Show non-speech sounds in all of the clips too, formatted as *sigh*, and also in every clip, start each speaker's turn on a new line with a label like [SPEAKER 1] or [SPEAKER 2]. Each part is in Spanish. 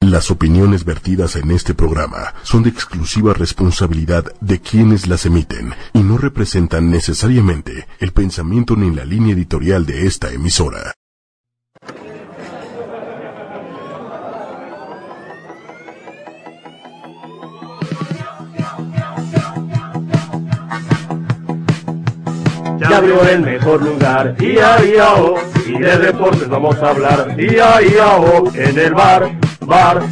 [SPEAKER 1] Las opiniones vertidas en este programa son de exclusiva responsabilidad de quienes las emiten y no representan necesariamente el pensamiento ni la línea editorial de esta emisora.
[SPEAKER 2] se abrió el mejor lugar. Ia, ia, oh. Y de deportes vamos a hablar. Ia, ia, oh. En el bar, bar,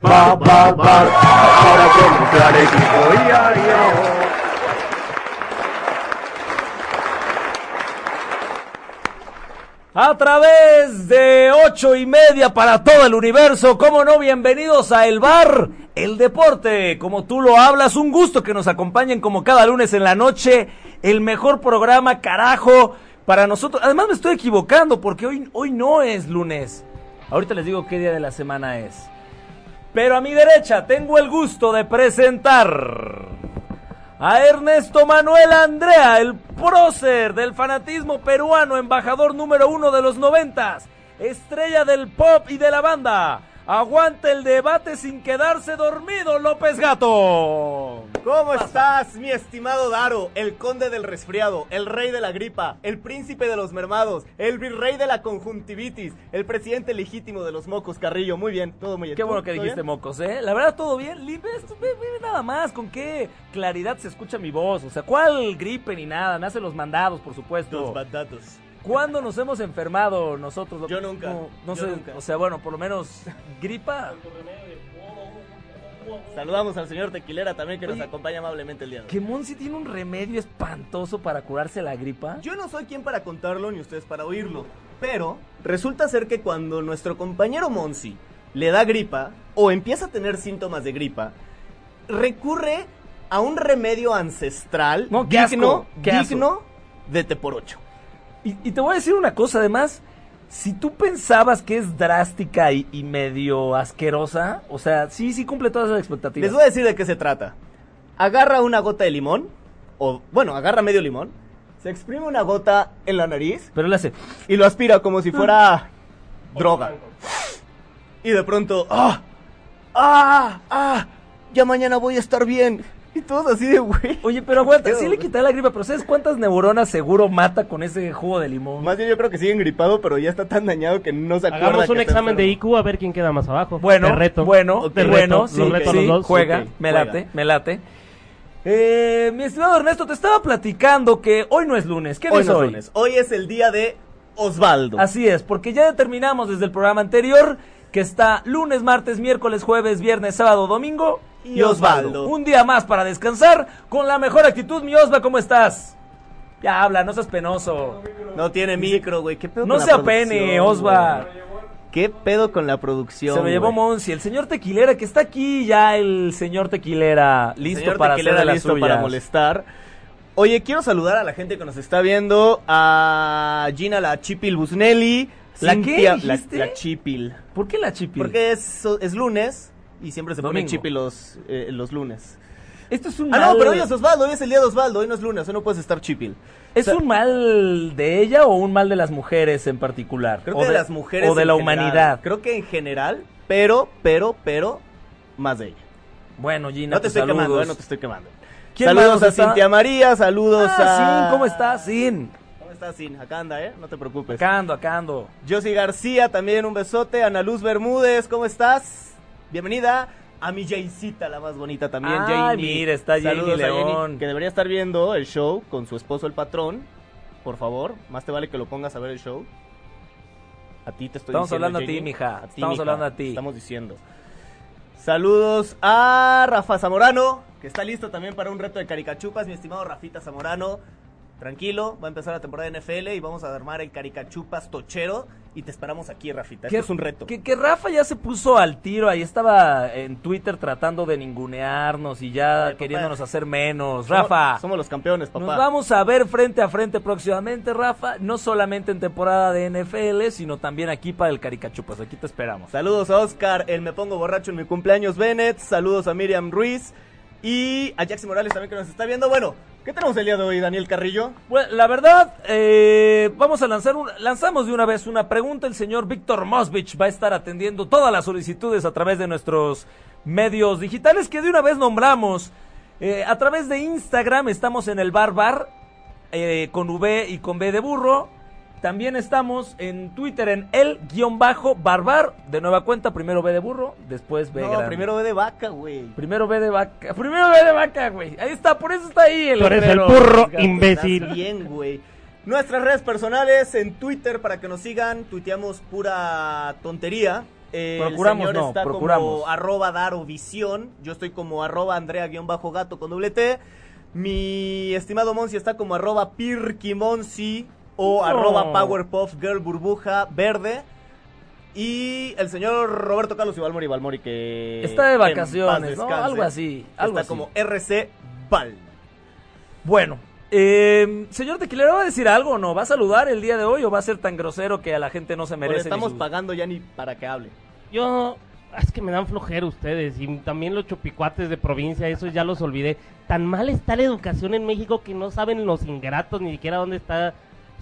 [SPEAKER 2] bar, bar, bar. Para pronunciar equipo. Ia, ia, oh.
[SPEAKER 3] A través de ocho y media para todo el universo, como no, bienvenidos a El Bar, el deporte, como tú lo hablas, un gusto que nos acompañen como cada lunes en la noche, el mejor programa, carajo, para nosotros. Además me estoy equivocando porque hoy, hoy no es lunes. Ahorita les digo qué día de la semana es. Pero a mi derecha tengo el gusto de presentar a Ernesto Manuel Andrea, el prócer del fanatismo peruano, embajador número uno de los noventas, estrella del pop y de la banda. Aguante el debate sin quedarse dormido, López Gato.
[SPEAKER 4] ¿Cómo estás, mi estimado Daro? El conde del resfriado, el rey de la gripa, el príncipe de los mermados, el virrey de la conjuntivitis, el presidente legítimo de los mocos, Carrillo. Muy bien, todo muy bien.
[SPEAKER 3] Qué
[SPEAKER 4] ¿Tú?
[SPEAKER 3] bueno que
[SPEAKER 4] ¿Todo
[SPEAKER 3] dijiste
[SPEAKER 4] bien?
[SPEAKER 3] mocos, ¿eh? La verdad, todo bien. Lim- esto- ve- ve nada más, con qué claridad se escucha mi voz. O sea, ¿cuál gripe ni nada? Me hace los mandados, por
[SPEAKER 4] Dos
[SPEAKER 3] supuesto.
[SPEAKER 4] batatos.
[SPEAKER 3] ¿Cuándo nos hemos enfermado nosotros?
[SPEAKER 4] Yo nunca,
[SPEAKER 3] No, no
[SPEAKER 4] yo
[SPEAKER 3] sé,
[SPEAKER 4] nunca.
[SPEAKER 3] o sea, bueno, por lo menos gripa.
[SPEAKER 4] Saludamos al señor Tequilera también que nos
[SPEAKER 3] Oye.
[SPEAKER 4] acompaña amablemente el día de hoy.
[SPEAKER 3] Que Monsi tiene un remedio espantoso para curarse la gripa.
[SPEAKER 4] Yo no soy quien para contarlo ni ustedes para oírlo, pero resulta ser que cuando nuestro compañero Monsi le da gripa o empieza a tener síntomas de gripa, recurre a un remedio ancestral
[SPEAKER 3] No, qué
[SPEAKER 4] digno,
[SPEAKER 3] asco, qué asco.
[SPEAKER 4] digno de Teporocho.
[SPEAKER 3] Y, y te voy a decir una cosa, además, si tú pensabas que es drástica y, y medio asquerosa, o sea, sí, sí cumple todas las expectativas.
[SPEAKER 4] Les voy a decir de qué se trata. Agarra una gota de limón, o bueno, agarra medio limón, se exprime una gota en la nariz
[SPEAKER 3] Pero le hace.
[SPEAKER 4] y lo aspira como si
[SPEAKER 3] Ah.
[SPEAKER 4] fuera droga. Y de pronto, ¡ah! ¡ah! ¡ah! Ya mañana voy a estar bien. Y todos así de güey.
[SPEAKER 3] Oye, pero aguanta,
[SPEAKER 4] Qué
[SPEAKER 3] sí le
[SPEAKER 4] dolor.
[SPEAKER 3] quita la gripa, pero ¿sabes cuántas neuronas seguro mata con ese jugo de limón?
[SPEAKER 4] Más bien yo creo que sigue engripado, pero ya está tan dañado que no se acuerda.
[SPEAKER 5] Hagamos un
[SPEAKER 4] que está
[SPEAKER 5] examen de
[SPEAKER 4] enfermo.
[SPEAKER 5] IQ a ver quién queda más abajo.
[SPEAKER 3] Bueno,
[SPEAKER 5] Te reto.
[SPEAKER 3] bueno,
[SPEAKER 5] Te
[SPEAKER 3] bueno,
[SPEAKER 5] reto,
[SPEAKER 3] sí,
[SPEAKER 5] los reto a
[SPEAKER 3] sí,
[SPEAKER 5] los dos.
[SPEAKER 3] juega,
[SPEAKER 4] Ok,
[SPEAKER 3] me
[SPEAKER 4] juega.
[SPEAKER 3] late, me late. Eh, mi estimado Ernesto, te estaba platicando que hoy no es lunes. ¿Qué
[SPEAKER 4] Hoy
[SPEAKER 3] dice
[SPEAKER 4] no es
[SPEAKER 3] hoy?
[SPEAKER 4] lunes. Hoy es el día de Osvaldo.
[SPEAKER 3] Así es, porque ya determinamos desde el programa anterior que está lunes, martes, miércoles, jueves, viernes, sábado, domingo
[SPEAKER 4] Y Osvaldo.
[SPEAKER 3] Un día más para descansar con la mejor actitud, mi Osva, ¿cómo estás? Ya habla, no seas penoso.
[SPEAKER 4] No tiene micro, güey. ¿Qué pedo
[SPEAKER 3] No
[SPEAKER 4] con la
[SPEAKER 3] se apene,
[SPEAKER 4] producción,
[SPEAKER 3] Osva.
[SPEAKER 4] güey? ¿Qué pedo con la producción?
[SPEAKER 3] Se lo llevó
[SPEAKER 4] güey?
[SPEAKER 3] Monsi, el señor Tequilera que está aquí ya, el señor Tequilera, listo
[SPEAKER 4] Señor
[SPEAKER 3] para
[SPEAKER 4] Tequilera,
[SPEAKER 3] hacer de las
[SPEAKER 4] listo para
[SPEAKER 3] suyas.
[SPEAKER 4] molestar. Oye, quiero saludar a la gente que nos está viendo, a Gina la Chipil Busnelli,
[SPEAKER 3] ¿La qué
[SPEAKER 4] Cintia, la,
[SPEAKER 3] dijiste?
[SPEAKER 4] la Chipil,
[SPEAKER 3] ¿Por qué la chipil?
[SPEAKER 4] porque es, es lunes y siempre se ponen
[SPEAKER 3] Domingo.
[SPEAKER 4] Chipil los, eh, los lunes.
[SPEAKER 3] Esto es un
[SPEAKER 4] Ah,
[SPEAKER 3] mal...
[SPEAKER 4] no, pero hoy es Osvaldo, hoy es el día de Osvaldo, hoy no es lunes, hoy no puedes estar Chipil.
[SPEAKER 3] ¿Es
[SPEAKER 4] o sea-
[SPEAKER 3] un mal de ella o un mal de las mujeres en particular?
[SPEAKER 4] Creo
[SPEAKER 3] O
[SPEAKER 4] que de, las mujeres
[SPEAKER 3] O de
[SPEAKER 4] en
[SPEAKER 3] la
[SPEAKER 4] general.
[SPEAKER 3] humanidad.
[SPEAKER 4] Creo que en general, pero, pero, pero, más de ella.
[SPEAKER 3] Bueno, Gina,
[SPEAKER 4] No te
[SPEAKER 3] pues,
[SPEAKER 4] estoy quemando,
[SPEAKER 3] saludos.
[SPEAKER 4] eh, no te estoy quemando.
[SPEAKER 3] ¿Quién más
[SPEAKER 4] Saludos
[SPEAKER 3] nos
[SPEAKER 4] a
[SPEAKER 3] está?
[SPEAKER 4] Cintia María, saludos
[SPEAKER 3] Ah,
[SPEAKER 4] a...
[SPEAKER 3] Sin, ¿cómo estás, Sin?
[SPEAKER 4] ¿Cómo estás, Sin? Acá anda, ¿eh? No te preocupes.
[SPEAKER 3] Acá ando, acá ando.
[SPEAKER 4] Josie García, también un besote. Ana Luz Bermúdez, ¿cómo estás? Bienvenida a mi Jaycita, la más bonita también.
[SPEAKER 3] Ay,
[SPEAKER 4] Janie.
[SPEAKER 3] mira, está Janie
[SPEAKER 4] Saludos a
[SPEAKER 3] León.
[SPEAKER 4] que debería estar viendo el show con su esposo, el patrón. Por favor, más te vale que lo pongas a ver el show. A ti te estoy
[SPEAKER 3] Estamos
[SPEAKER 4] diciendo.
[SPEAKER 3] hablando a ti,
[SPEAKER 4] Janie.
[SPEAKER 3] mija.
[SPEAKER 4] A ti,
[SPEAKER 3] Estamos
[SPEAKER 4] mija.
[SPEAKER 3] hablando a ti.
[SPEAKER 4] Estamos diciendo. Saludos a Rafa Zamorano, que está listo también para un reto de caricachupas, mi estimado Rafita Zamorano. Tranquilo, va a empezar la temporada de NFL y vamos a armar el caricachupas tochero y te esperamos aquí, Rafita. Esto es un reto.
[SPEAKER 3] Que, que Rafa ya se puso al tiro, ahí estaba en Twitter tratando de ningunearnos y ya
[SPEAKER 4] Ay, papá.
[SPEAKER 3] queriéndonos hacer menos.
[SPEAKER 4] Somos-
[SPEAKER 3] Rafa,
[SPEAKER 4] Somos, los campeones, papá.
[SPEAKER 3] nos vamos a ver frente a frente próximamente, Rafa, no solamente en temporada de NFL, sino también aquí para el Caricachupas. Aquí te esperamos.
[SPEAKER 4] Saludos a Oscar, el me pongo borracho en mi cumpleaños, Bennett. Saludos a Miriam Ruiz y a Jackson Morales también que nos está viendo. Bueno, ¿Qué tenemos el día de hoy, Daniel Carrillo?
[SPEAKER 3] Bueno, la verdad, eh, vamos a lanzar un, lanzamos de una vez una pregunta. El señor Víctor Mosvich va a estar atendiendo todas las solicitudes a través de nuestros medios digitales que de una vez nombramos. Eh, a través de Instagram estamos en el Bar Bar eh, con V y con B de burro. También estamos en Twitter en el guión bajo barbar. De nueva cuenta, primero B de burro, después B
[SPEAKER 4] no,
[SPEAKER 3] grande.
[SPEAKER 4] primero ve de vaca, güey.
[SPEAKER 3] Primero B de vaca. Primero B de vaca, güey. Ahí está, por eso está ahí el
[SPEAKER 5] Tú eres el
[SPEAKER 3] letrero.
[SPEAKER 5] burro
[SPEAKER 3] Fíjate.
[SPEAKER 4] Estás
[SPEAKER 5] imbécil.
[SPEAKER 4] bien, güey. Nuestras redes personales en Twitter para que nos sigan. Tuiteamos pura tontería. Eh,
[SPEAKER 3] Procuramos,
[SPEAKER 4] el señor
[SPEAKER 3] no,
[SPEAKER 4] está
[SPEAKER 3] procuramos.
[SPEAKER 4] como arroba darovisión. Yo estoy como arroba andrea-gato con doble T. Mi estimado Monsi está como arroba pirquimonsi o
[SPEAKER 3] No.
[SPEAKER 4] arroba powerpuff girl burbuja verde. Y el señor Roberto Carlos Ibalmori Ibalmori que...
[SPEAKER 3] Está de
[SPEAKER 4] que en paz
[SPEAKER 3] vacaciones, ¿no?
[SPEAKER 4] descanse.
[SPEAKER 3] Algo así, algo
[SPEAKER 4] está
[SPEAKER 3] así.
[SPEAKER 4] como RC Bal.
[SPEAKER 3] Bueno, eh, señor Tequilero, ¿va a decir algo o no? ¿Va a saludar el día de hoy o va a ser tan grosero que a la gente no se
[SPEAKER 4] Pero
[SPEAKER 3] merece? ni
[SPEAKER 4] Pues estamos
[SPEAKER 3] su-
[SPEAKER 4] pagando ya ni para que hable.
[SPEAKER 5] Yo, ah, es que me dan flojera ustedes y también los chupicuates de provincia, eso ya los olvidé. Tan mal está la educación en México que no saben los ingratos ni siquiera dónde está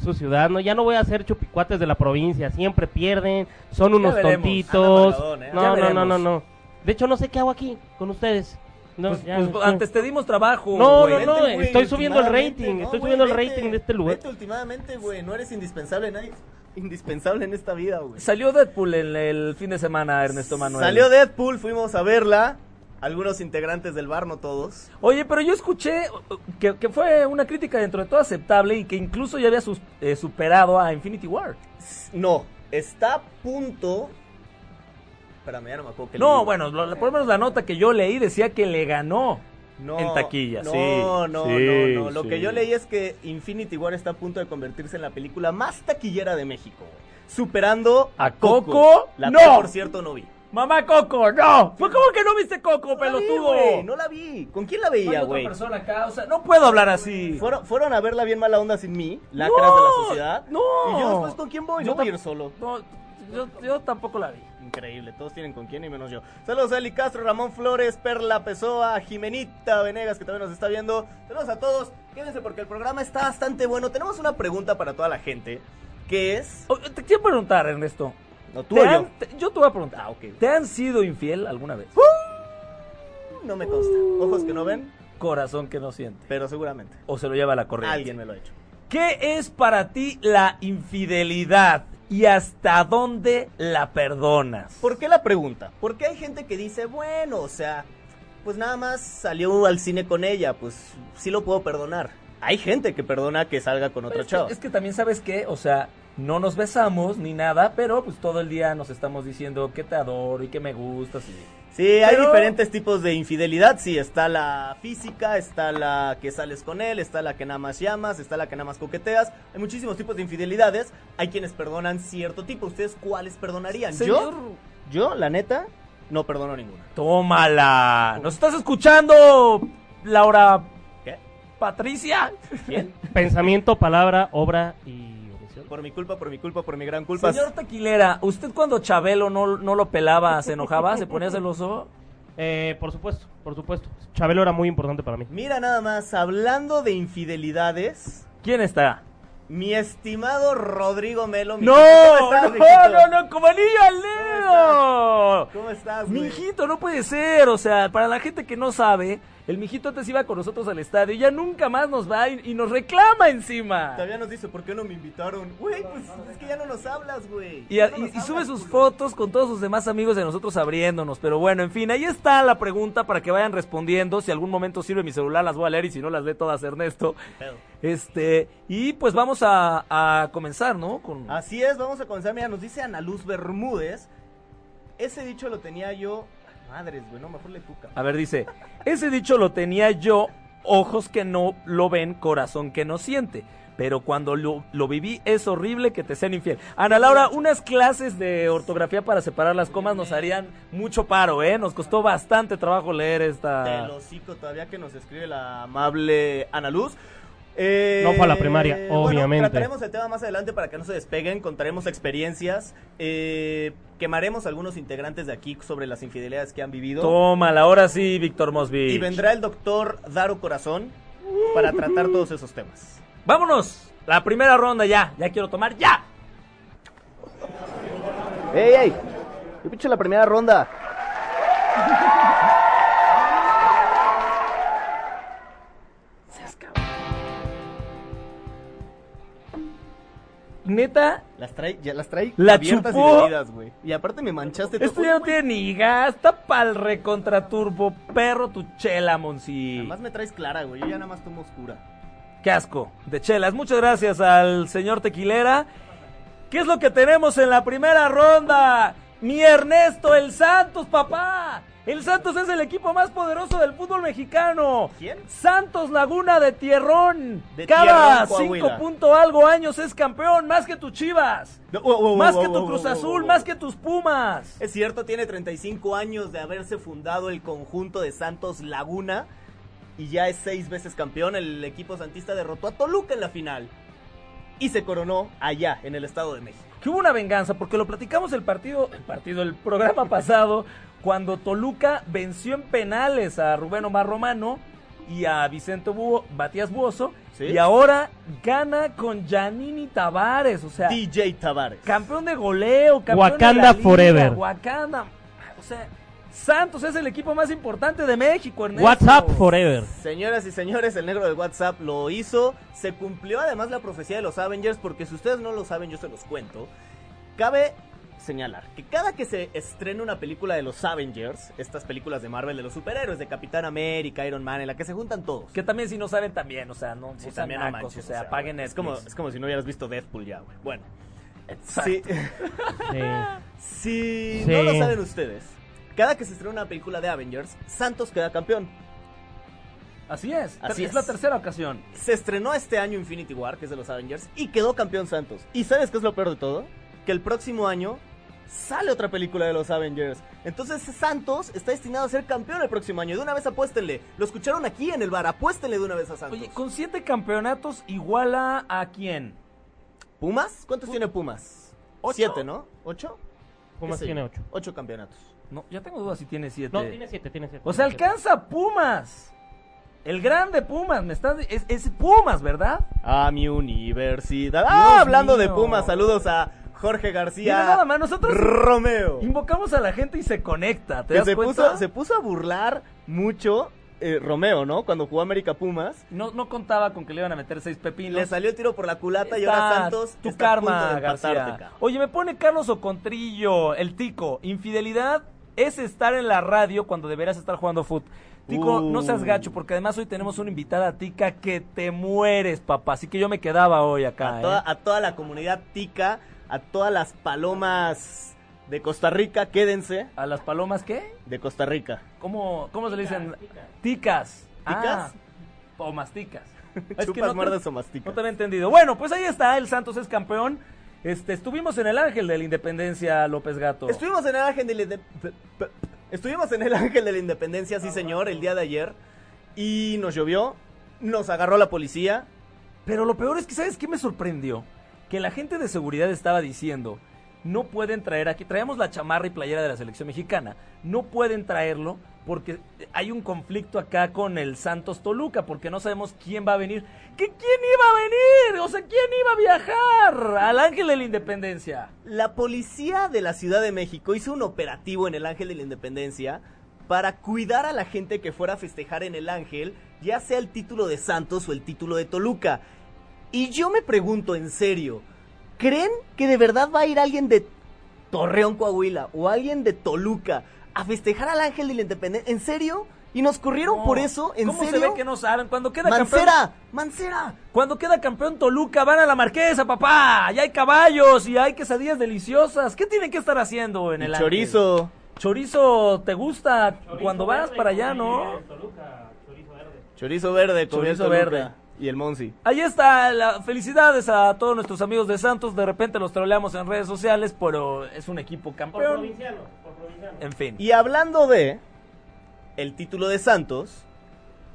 [SPEAKER 5] su ciudadano. Ya no voy a ser chupicuates de la provincia, siempre pierden, son unos
[SPEAKER 3] veremos.
[SPEAKER 5] tontitos.
[SPEAKER 4] Anda Maradona, ¿eh?
[SPEAKER 5] No,
[SPEAKER 3] Ya
[SPEAKER 5] no, no, no,
[SPEAKER 3] veremos.
[SPEAKER 5] no, De hecho, no sé qué hago aquí con ustedes. No,
[SPEAKER 3] Pues,
[SPEAKER 5] ya
[SPEAKER 3] pues,
[SPEAKER 5] no sé.
[SPEAKER 3] antes te dimos trabajo.
[SPEAKER 5] No,
[SPEAKER 3] güey.
[SPEAKER 5] no, no,
[SPEAKER 4] Vete, güey,
[SPEAKER 5] estoy subiendo el
[SPEAKER 4] últimamente,
[SPEAKER 5] rating, estoy
[SPEAKER 4] güey,
[SPEAKER 5] subiendo el
[SPEAKER 4] vete,
[SPEAKER 5] rating de este lugar.
[SPEAKER 4] Vete últimamente, güey, no eres indispensable, nadie indispensable en esta vida, güey.
[SPEAKER 3] Salió Deadpool en el fin de semana, Ernesto Manuel.
[SPEAKER 4] Salió Deadpool, fuimos a verla. Algunos integrantes del bar, no todos.
[SPEAKER 3] Oye, pero yo escuché uh, que, que fue una crítica dentro de todo aceptable y que incluso ya había sus- eh, superado a Infinity War.
[SPEAKER 4] No, está a punto. Espérame, ya no me acuerdo que
[SPEAKER 3] No, bueno, lo- por lo menos la nota que yo leí decía que le ganó en taquilla.
[SPEAKER 4] No,
[SPEAKER 3] sí.
[SPEAKER 4] no, no,
[SPEAKER 3] sí,
[SPEAKER 4] no. Lo que
[SPEAKER 3] sí.
[SPEAKER 4] yo leí es que Infinity War está a punto de convertirse en la película más taquillera de México, güey. Superando a,
[SPEAKER 3] ¿A Coco?
[SPEAKER 4] La
[SPEAKER 3] ¡No!
[SPEAKER 4] cual, por cierto, no vi.
[SPEAKER 3] Mamá Coco, no. Pues cómo que no viste Coco,
[SPEAKER 4] No la vi,
[SPEAKER 3] pelotudo.
[SPEAKER 4] güey, No la vi. ¿Con quién la
[SPEAKER 3] No hay
[SPEAKER 4] veía,
[SPEAKER 3] otra
[SPEAKER 4] güey?
[SPEAKER 3] persona acá, o sea, no puedo hablar así.
[SPEAKER 4] Fueron, fueron a verla bien mala onda sin mí, lacras
[SPEAKER 3] No,
[SPEAKER 4] de la sociedad.
[SPEAKER 3] no.
[SPEAKER 4] ¿Y yo después con quién voy?
[SPEAKER 3] Yo
[SPEAKER 4] Yo voy a
[SPEAKER 3] tam-
[SPEAKER 4] ir solo.
[SPEAKER 3] No, yo, yo tampoco la vi.
[SPEAKER 4] Increíble, todos tienen con quién y menos yo. Saludos a Eli Castro, Ramón Flores, Perla Pesoa, Jimenita Venegas, que también nos está viendo. Saludos a todos. Quédense porque el programa está bastante bueno. Tenemos una pregunta para toda la gente, que es...
[SPEAKER 3] Oh, te quiero preguntar, Ernesto.
[SPEAKER 4] No, tú
[SPEAKER 3] ¿Te
[SPEAKER 4] o
[SPEAKER 3] han-
[SPEAKER 4] yo.
[SPEAKER 3] te- yo te voy a preguntar.
[SPEAKER 4] Ah, ok.
[SPEAKER 3] ¿Te han sido infiel alguna vez?
[SPEAKER 4] No me consta. Ojos que no ven,
[SPEAKER 3] Corazón que no siente.
[SPEAKER 4] pero seguramente.
[SPEAKER 3] O se lo lleva la corriente.
[SPEAKER 4] Alguien me lo ha hecho.
[SPEAKER 3] ¿Qué es para ti la infidelidad y hasta dónde la perdonas?
[SPEAKER 4] ¿Por qué la pregunta? Porque hay gente que dice, bueno, o sea, pues nada más salió al cine con ella, pues sí lo puedo perdonar. Hay gente que perdona que salga con
[SPEAKER 3] Pero
[SPEAKER 4] otro
[SPEAKER 3] es, que,
[SPEAKER 4] chavo.
[SPEAKER 3] Pues, es que también sabes que, o sea, no nos besamos ni nada, pero pues todo el día nos estamos diciendo que te adoro y que me gustas. y-
[SPEAKER 4] Sí, hay
[SPEAKER 3] pero-
[SPEAKER 4] diferentes tipos de infidelidad, sí, está la física, está la que sales con él, está la que nada más llamas, está la que nada más coqueteas. Hay muchísimos tipos de infidelidades, hay quienes perdonan cierto tipo. ¿Ustedes cuáles perdonarían?
[SPEAKER 3] Señor,
[SPEAKER 4] Yo, yo, la neta, no perdono ninguna.
[SPEAKER 3] tómala. ¿Nos estás escuchando, Laura
[SPEAKER 4] ¿Qué?
[SPEAKER 3] Patricia?
[SPEAKER 4] ¿Quién?
[SPEAKER 5] Pensamiento, palabra, obra y omisión.
[SPEAKER 4] Por mi culpa, por mi culpa, por mi gran culpa.
[SPEAKER 3] Señor Taquilera, ¿usted cuando Chabelo no, no lo pelaba, se enojaba, se ponía celoso?
[SPEAKER 5] Eh, por supuesto, por supuesto. Chabelo era muy importante para mí.
[SPEAKER 4] Mira nada más, hablando de infidelidades,
[SPEAKER 3] ¿Quién está?
[SPEAKER 4] mi estimado Rodrigo Melo. mi
[SPEAKER 3] ¡No!
[SPEAKER 4] hijito, ¿cómo estás,
[SPEAKER 3] ¡No, no,
[SPEAKER 4] hijito?
[SPEAKER 3] no! ¡Como anillo al dedo!
[SPEAKER 4] ¿Cómo estás, güey?
[SPEAKER 3] Mijito, no puede ser. O sea, para la gente que no sabe, el mijito antes iba con nosotros al estadio y ya nunca más nos va y, y nos reclama encima.
[SPEAKER 4] Todavía nos dice, ¿por qué no me invitaron? Güey, pues es que ya no nos hablas, güey.
[SPEAKER 3] Y,
[SPEAKER 4] Ya
[SPEAKER 3] a-
[SPEAKER 4] no
[SPEAKER 3] y-
[SPEAKER 4] nos
[SPEAKER 3] y sube
[SPEAKER 4] hablas,
[SPEAKER 3] sus
[SPEAKER 4] culo.
[SPEAKER 3] fotos con todos sus demás amigos de nosotros abriéndonos. Pero bueno, en fin, ahí está la pregunta para que vayan respondiendo. Si algún momento sirve mi celular, las voy a leer y si no las lee todas Ernesto.
[SPEAKER 4] Pedo.
[SPEAKER 3] Este, y pues vamos a, a comenzar, ¿no? Con...
[SPEAKER 4] Así es, vamos a comenzar. Mira, nos dice Ana Luz Bermúdez. Ese dicho lo tenía yo. Ay, Madres, güey, no, mejor le tuca.
[SPEAKER 3] A ver, dice, ese dicho lo tenía yo, ojos que no lo ven, corazón que no siente. Pero cuando lo, lo viví es horrible que te sean infiel. Ana Laura, unas clases de ortografía para separar las comas nos harían mucho paro, ¿eh? Nos costó bastante trabajo leer
[SPEAKER 5] Ah.
[SPEAKER 4] Te
[SPEAKER 3] esta...
[SPEAKER 4] lo cico todavía que nos escribe la amable Ana Luz. Eh,
[SPEAKER 5] No fue a la primaria,
[SPEAKER 4] bueno,
[SPEAKER 5] obviamente.
[SPEAKER 4] trataremos el tema más adelante para que no se despeguen. Contaremos experiencias. eh, quemaremos algunos integrantes de aquí sobre las infidelidades que han vivido.
[SPEAKER 3] Tómala, ahora sí, Víctor Mosby.
[SPEAKER 4] Y vendrá el doctor Daro Corazón para tratar todos esos temas.
[SPEAKER 3] Vámonos. La primera ronda ya. Ya quiero tomar ya.
[SPEAKER 4] ¡Ey, ey! Yo pincho la primera ronda.
[SPEAKER 3] Neta,
[SPEAKER 4] Las trae, ya las trae
[SPEAKER 3] La
[SPEAKER 4] abiertas y
[SPEAKER 3] chupó.
[SPEAKER 4] bebidas, güey. Y aparte me manchaste
[SPEAKER 3] esto
[SPEAKER 4] todo.
[SPEAKER 3] ya no tiene ni gas. Está pa'l recontra turbo. Perro tu chela, Monsi.
[SPEAKER 4] Además me traes clara, güey. Yo ya nada más tomo oscura.
[SPEAKER 3] Qué asco de chelas. Muchas gracias al señor Tequilera. ¿Qué es lo que tenemos en la primera ronda? Mi Ernesto, el Santos, papá. El Santos es el equipo más poderoso del fútbol mexicano.
[SPEAKER 4] ¿Quién?
[SPEAKER 3] Santos Laguna de Tierrón.
[SPEAKER 4] De
[SPEAKER 3] Cada
[SPEAKER 4] Tierrón, Coahuila.
[SPEAKER 3] cinco punto algo años es campeón, más que tus Chivas.
[SPEAKER 4] No, wow,
[SPEAKER 5] oh,
[SPEAKER 4] wow,
[SPEAKER 3] más
[SPEAKER 4] wow,
[SPEAKER 3] que
[SPEAKER 4] wow,
[SPEAKER 3] tu Cruz
[SPEAKER 4] wow, wow,
[SPEAKER 3] Azul,
[SPEAKER 4] wow.
[SPEAKER 3] más que tus Pumas.
[SPEAKER 4] Es cierto, tiene 35 años de haberse fundado el conjunto de Santos Laguna. Y ya es seis veces campeón. El equipo santista derrotó a Toluca en la final. Y se coronó allá, en el Estado de México.
[SPEAKER 3] que hubo una venganza, porque lo platicamos el partido, el partido, el programa *laughs* pasado, cuando Toluca venció en penales a Rubén Omar Romano y a Vicente Búho, Batías Buoso,
[SPEAKER 4] Sí.
[SPEAKER 3] y ahora gana con Janini Tavares, o sea,
[SPEAKER 4] DJ Tavares.
[SPEAKER 3] campeón de goleo, campeón de
[SPEAKER 5] Wakanda
[SPEAKER 3] la liga,
[SPEAKER 5] forever.
[SPEAKER 3] Wakanda, o sea, Santos es el equipo más importante de México, Ernesto.
[SPEAKER 5] WhatsApp forever.
[SPEAKER 4] Señoras y señores, el negro de WhatsApp lo hizo. Se cumplió además la profecía de los Avengers, porque si ustedes no lo saben, yo se los cuento. Cabe señalar que cada que se estrena una película de los Avengers, estas películas de Marvel de los superhéroes, de Capitán América, Iron Man, en la que se juntan todos.
[SPEAKER 3] Que también si no saben también, o sea, no,
[SPEAKER 4] Sí,
[SPEAKER 3] no sean
[SPEAKER 4] también no
[SPEAKER 3] nacos,
[SPEAKER 4] manches,
[SPEAKER 3] o sea, paguen
[SPEAKER 4] es como,
[SPEAKER 3] Netflix.
[SPEAKER 4] es como si no hubieras visto Deadpool ya, güey. Bueno,
[SPEAKER 3] Exacto.
[SPEAKER 4] sí, *laughs*
[SPEAKER 5] Sí.
[SPEAKER 4] Si
[SPEAKER 5] Sí.
[SPEAKER 4] no lo saben ustedes, cada que se estrena una película de Avengers, Santos queda campeón.
[SPEAKER 3] Así es,
[SPEAKER 4] Así
[SPEAKER 3] es
[SPEAKER 4] es.
[SPEAKER 3] la tercera ocasión.
[SPEAKER 4] Se estrenó este año Infinity War, que es de los Avengers, y quedó campeón Santos. ¿Y sabes qué es lo peor de todo? Que el próximo año sale otra película de los Avengers. Entonces Santos está destinado a ser campeón el próximo año. De una vez apuéstenle. Lo escucharon aquí en el bar. Apuéstenle de una vez a Santos.
[SPEAKER 3] Oye, con siete campeonatos iguala a quién?
[SPEAKER 4] ¿Pumas? ¿Cuántos tiene Pumas?
[SPEAKER 3] Ocho.
[SPEAKER 4] Siete, ¿no? ¿Ocho?
[SPEAKER 5] Pumas
[SPEAKER 4] ¿Qué sé
[SPEAKER 5] tiene
[SPEAKER 4] yo?
[SPEAKER 5] ocho.
[SPEAKER 4] Ocho campeonatos.
[SPEAKER 3] No, ya tengo dudas si tiene siete.
[SPEAKER 5] No, tiene siete, tiene siete.
[SPEAKER 3] O sea,
[SPEAKER 5] Tiene siete.
[SPEAKER 3] alcanza a Pumas. El grande Pumas, me estás es, es Pumas, ¿verdad?
[SPEAKER 4] A Ah, mi universidad.
[SPEAKER 3] Dios
[SPEAKER 4] Ah, hablando de
[SPEAKER 3] mío.
[SPEAKER 4] Pumas, saludos a Jorge
[SPEAKER 3] Mira nada
[SPEAKER 4] García
[SPEAKER 3] más, nosotros
[SPEAKER 4] Romeo.
[SPEAKER 3] invocamos a la gente y se conecta, ¿te
[SPEAKER 4] Que
[SPEAKER 3] das
[SPEAKER 4] se
[SPEAKER 3] cuenta?
[SPEAKER 4] puso, se puso a burlar mucho eh, Romeo, ¿no? Cuando jugó América Pumas.
[SPEAKER 3] No, no contaba con que le iban a meter seis
[SPEAKER 4] Le
[SPEAKER 3] pepinos.
[SPEAKER 4] salió el tiro por la culata y ahora
[SPEAKER 3] Estás-
[SPEAKER 4] Santos.
[SPEAKER 3] tu
[SPEAKER 4] está a punto
[SPEAKER 3] karma,
[SPEAKER 4] de
[SPEAKER 3] García.
[SPEAKER 4] empatarte, cabrón.
[SPEAKER 3] Oye, me pone Carlos Ocontrillo, el tico. Infidelidad es estar en la radio cuando deberías estar jugando fútbol. Tico,
[SPEAKER 4] Uh.
[SPEAKER 3] no seas gacho, porque además hoy tenemos una invitada tica que te mueres, papá. Así que yo me quedaba hoy acá.
[SPEAKER 4] A
[SPEAKER 3] ¿eh?
[SPEAKER 4] toda, a toda la comunidad tica, a todas las palomas de Costa Rica, quédense.
[SPEAKER 3] ¿A las palomas qué?
[SPEAKER 4] De Costa Rica.
[SPEAKER 3] ¿Cómo, cómo se le dicen? Ticas. Ah,
[SPEAKER 4] ¿Ticas?
[SPEAKER 3] o
[SPEAKER 4] *laughs*
[SPEAKER 3] masticas.
[SPEAKER 4] Chupas,
[SPEAKER 3] que no te-
[SPEAKER 4] muerdes o masticas.
[SPEAKER 3] No te había entendido. Bueno, pues ahí está, el Santos es campeón. Este, estuvimos en el Ángel de la Independencia, López Gato.
[SPEAKER 4] Estuvimos en el Ángel de la Inde- pe- pe- Estuvimos en el Ángel de la Independencia, sí señor, el día de ayer. Y nos llovió, nos agarró la policía.
[SPEAKER 3] Pero lo peor es que, ¿sabes qué me sorprendió? Que la gente de seguridad estaba diciendo, no pueden traer aquí, traemos la chamarra y playera de la selección mexicana, no pueden traerlo porque hay un conflicto acá con el Santos Toluca, porque no sabemos quién va a venir. ¿Que ¿Quién iba a venir? O sea, ¿quién iba a viajar al Ángel de la Independencia?
[SPEAKER 4] La policía de la Ciudad de México hizo un operativo en el Ángel de la Independencia para cuidar a la gente que fuera a festejar en el Ángel, ya sea el título de Santos o el título de Toluca. Y yo me pregunto en serio, ¿creen que de verdad va a ir alguien de Torreón, Coahuila o alguien de Toluca a festejar al Ángel de la Independencia? ¿En serio? ¿Y nos corrieron
[SPEAKER 3] No.
[SPEAKER 4] por eso? ¿En
[SPEAKER 3] ¿Cómo
[SPEAKER 4] serio?
[SPEAKER 3] se ve que no saben? Cuando queda campeón...
[SPEAKER 4] ¡Mancera! ¡Mancera!
[SPEAKER 3] Cuando queda campeón Toluca, van a la Marquesa, papá. Y hay caballos y hay quesadillas deliciosas. ¿Qué tienen que estar haciendo en el Ángel? Chorizo, ¿te gusta cuando vas para allá, no?
[SPEAKER 4] Chorizo verde,
[SPEAKER 3] comió
[SPEAKER 4] chorizo
[SPEAKER 3] Toluca.
[SPEAKER 4] verde. Y el Monsi.
[SPEAKER 3] Ahí está, la- felicidades a todos nuestros amigos de Santos. De repente los troleamos en redes sociales, pero es un equipo campeón. En fin.
[SPEAKER 4] Y hablando de el título de Santos,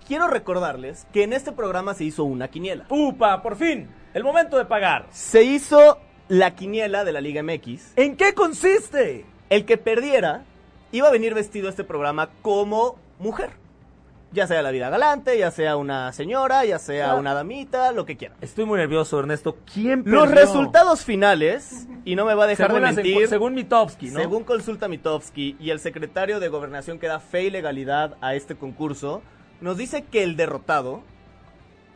[SPEAKER 4] quiero recordarles que en este programa se hizo una quiniela.
[SPEAKER 3] ¡Upa! Por fin, el momento de pagar.
[SPEAKER 4] Se hizo la quiniela de la Liga MX.
[SPEAKER 3] ¿En qué consiste?
[SPEAKER 4] El que perdiera iba a venir vestido a este programa como mujer. Ya sea la vida galante, ya sea una señora, ya sea una damita, lo que quieran.
[SPEAKER 3] Estoy muy nervioso, Ernesto. ¿Quién
[SPEAKER 4] Los
[SPEAKER 3] perdió?
[SPEAKER 4] resultados finales, y no me va a dejar
[SPEAKER 3] según,
[SPEAKER 4] de
[SPEAKER 3] las encu-
[SPEAKER 4] mentir,
[SPEAKER 3] según Mitofsky, ¿no?
[SPEAKER 4] según consulta Mitofsky y el secretario de Gobernación que da fe y legalidad a este concurso, nos dice que el derrotado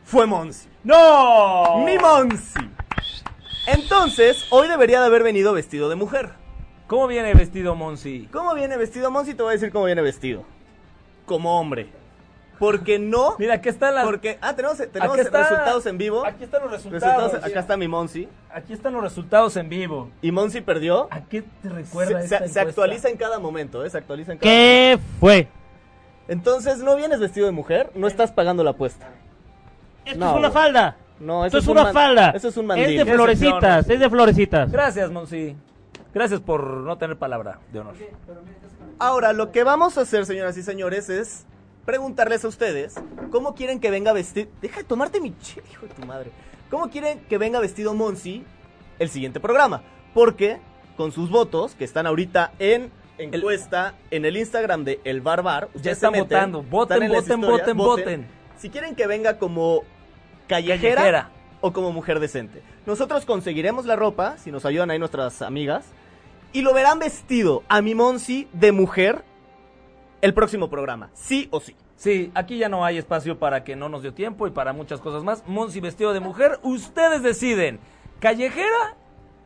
[SPEAKER 4] fue Monsi.
[SPEAKER 3] ¡No!
[SPEAKER 4] ¡Mi Monsi! Entonces, hoy debería de haber venido vestido de mujer.
[SPEAKER 3] ¿Cómo viene vestido Monsi?
[SPEAKER 4] ¿Cómo viene vestido Monsi? Te voy a decir cómo viene vestido. Como hombre. Porque no...
[SPEAKER 3] *laughs* Mira, aquí están las.
[SPEAKER 4] Porque... Ah, tenemos, tenemos
[SPEAKER 3] Aquí está-
[SPEAKER 4] resultados en vivo.
[SPEAKER 3] Aquí están los resultados.
[SPEAKER 4] Resultados- acá está mi Monsi.
[SPEAKER 3] Aquí están los resultados en vivo.
[SPEAKER 4] Y Monsi perdió.
[SPEAKER 3] ¿A qué te recuerda
[SPEAKER 4] Se,
[SPEAKER 3] esta
[SPEAKER 4] se- se
[SPEAKER 3] encuesta?
[SPEAKER 4] actualiza en cada momento, ¿eh? Se actualiza en cada
[SPEAKER 5] ¿Qué fue?
[SPEAKER 4] Entonces, no vienes vestido de mujer, no estás pagando la apuesta.
[SPEAKER 5] Esto
[SPEAKER 4] No,
[SPEAKER 5] es una
[SPEAKER 4] güey.
[SPEAKER 5] falda.
[SPEAKER 4] No, eso
[SPEAKER 5] Esto es
[SPEAKER 4] un
[SPEAKER 5] una
[SPEAKER 4] man-
[SPEAKER 5] falda.
[SPEAKER 4] Eso es un mandil.
[SPEAKER 5] Es de florecitas, es de florecitas.
[SPEAKER 3] Gracias, Monsi. Gracias por no tener palabra de honor.
[SPEAKER 4] Ahora, lo que vamos a hacer, señoras y señores, es preguntarles a ustedes cómo quieren que venga vestido. Deja de tomarte mi chile, hijo de tu madre. ¿Cómo quieren que venga vestido Monsi el siguiente programa? Porque con sus votos, que están ahorita en encuesta, en el Instagram de El Barbar, ustedes se
[SPEAKER 3] están
[SPEAKER 4] meten,
[SPEAKER 3] votando. Voten,
[SPEAKER 4] ¿eh? están en las
[SPEAKER 3] voten,
[SPEAKER 4] historias,
[SPEAKER 3] voten, voten.
[SPEAKER 4] Si quieren que venga como callejera
[SPEAKER 3] Callejera.
[SPEAKER 4] o como mujer decente. Nosotros conseguiremos la ropa, si nos ayudan ahí nuestras amigas, y lo verán vestido a mi Monsi de mujer el próximo programa, sí o sí.
[SPEAKER 3] Sí, aquí ya no hay espacio para que no nos dio tiempo y para muchas cosas más. Monsi vestido de mujer, ustedes deciden, ¿callejera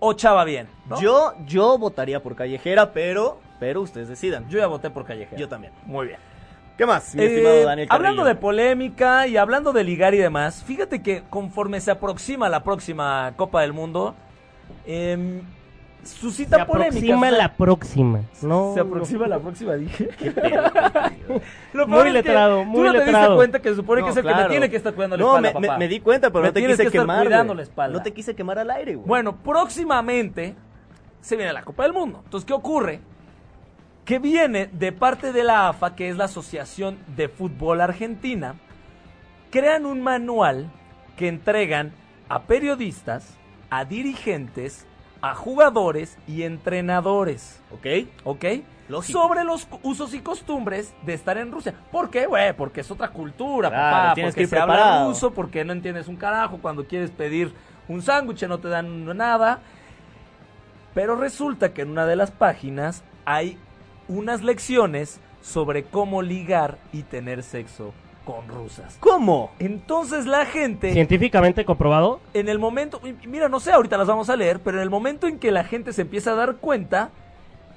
[SPEAKER 3] o chava bien? ¿no?
[SPEAKER 4] Yo, yo votaría por callejera, pero, pero ustedes decidan.
[SPEAKER 3] Yo ya voté por callejera.
[SPEAKER 4] Yo también.
[SPEAKER 3] Muy bien.
[SPEAKER 4] ¿Qué más, mi
[SPEAKER 3] Eh,
[SPEAKER 4] estimado Daniel?
[SPEAKER 3] hablando de
[SPEAKER 4] Carrillo?
[SPEAKER 3] polémica y hablando de ligar y demás, fíjate que conforme se aproxima la próxima Copa del Mundo, em, suscita
[SPEAKER 5] Se
[SPEAKER 3] polémica.
[SPEAKER 5] aproxima
[SPEAKER 3] o sea,
[SPEAKER 5] la próxima. No,
[SPEAKER 3] se aproxima
[SPEAKER 5] no.
[SPEAKER 3] la próxima,
[SPEAKER 4] *laughs*
[SPEAKER 3] dije. *laughs* Lo
[SPEAKER 5] Muy
[SPEAKER 3] peor es que
[SPEAKER 5] letrado, muy
[SPEAKER 3] Tú no te diste
[SPEAKER 5] letrado.
[SPEAKER 3] cuenta que se supone que
[SPEAKER 4] No,
[SPEAKER 3] es el que
[SPEAKER 4] claro.
[SPEAKER 3] me tiene que estar cuidando la
[SPEAKER 4] no,
[SPEAKER 3] espalda,
[SPEAKER 4] me, me-
[SPEAKER 3] papá.
[SPEAKER 4] me di cuenta, pero
[SPEAKER 3] Me
[SPEAKER 4] no te
[SPEAKER 3] tienes
[SPEAKER 4] quise
[SPEAKER 3] que estar
[SPEAKER 4] quemar.
[SPEAKER 3] cuidando
[SPEAKER 4] güey.
[SPEAKER 3] la espalda.
[SPEAKER 4] No te quise quemar al aire, güey.
[SPEAKER 3] Bueno, próximamente se viene la Copa del Mundo. Entonces, ¿qué ocurre? Que viene de parte de la AFA, que es la Asociación de Fútbol Argentina, crean un manual que entregan a periodistas, a dirigentes, a jugadores y entrenadores.
[SPEAKER 4] ok.
[SPEAKER 3] ¿ok?
[SPEAKER 4] Lógico.
[SPEAKER 3] Sobre los cu- usos y costumbres de estar en Rusia. ¿Por qué, güey? Porque es otra cultura,
[SPEAKER 4] Claro,
[SPEAKER 3] papá.
[SPEAKER 4] tienes
[SPEAKER 3] Porque
[SPEAKER 4] que ir
[SPEAKER 3] se habla
[SPEAKER 4] preparado.
[SPEAKER 3] ruso, porque no entiendes un carajo. Cuando quieres pedir un sándwich no te dan nada. Pero resulta que en una de las páginas hay unas lecciones sobre cómo ligar y tener sexo con rusas.
[SPEAKER 4] ¿Cómo?
[SPEAKER 3] Entonces la gente
[SPEAKER 5] Científicamente comprobado.
[SPEAKER 3] en el momento, y- y mira, no sé, ahorita las vamos a leer, pero en el momento en que la gente se empieza a dar cuenta,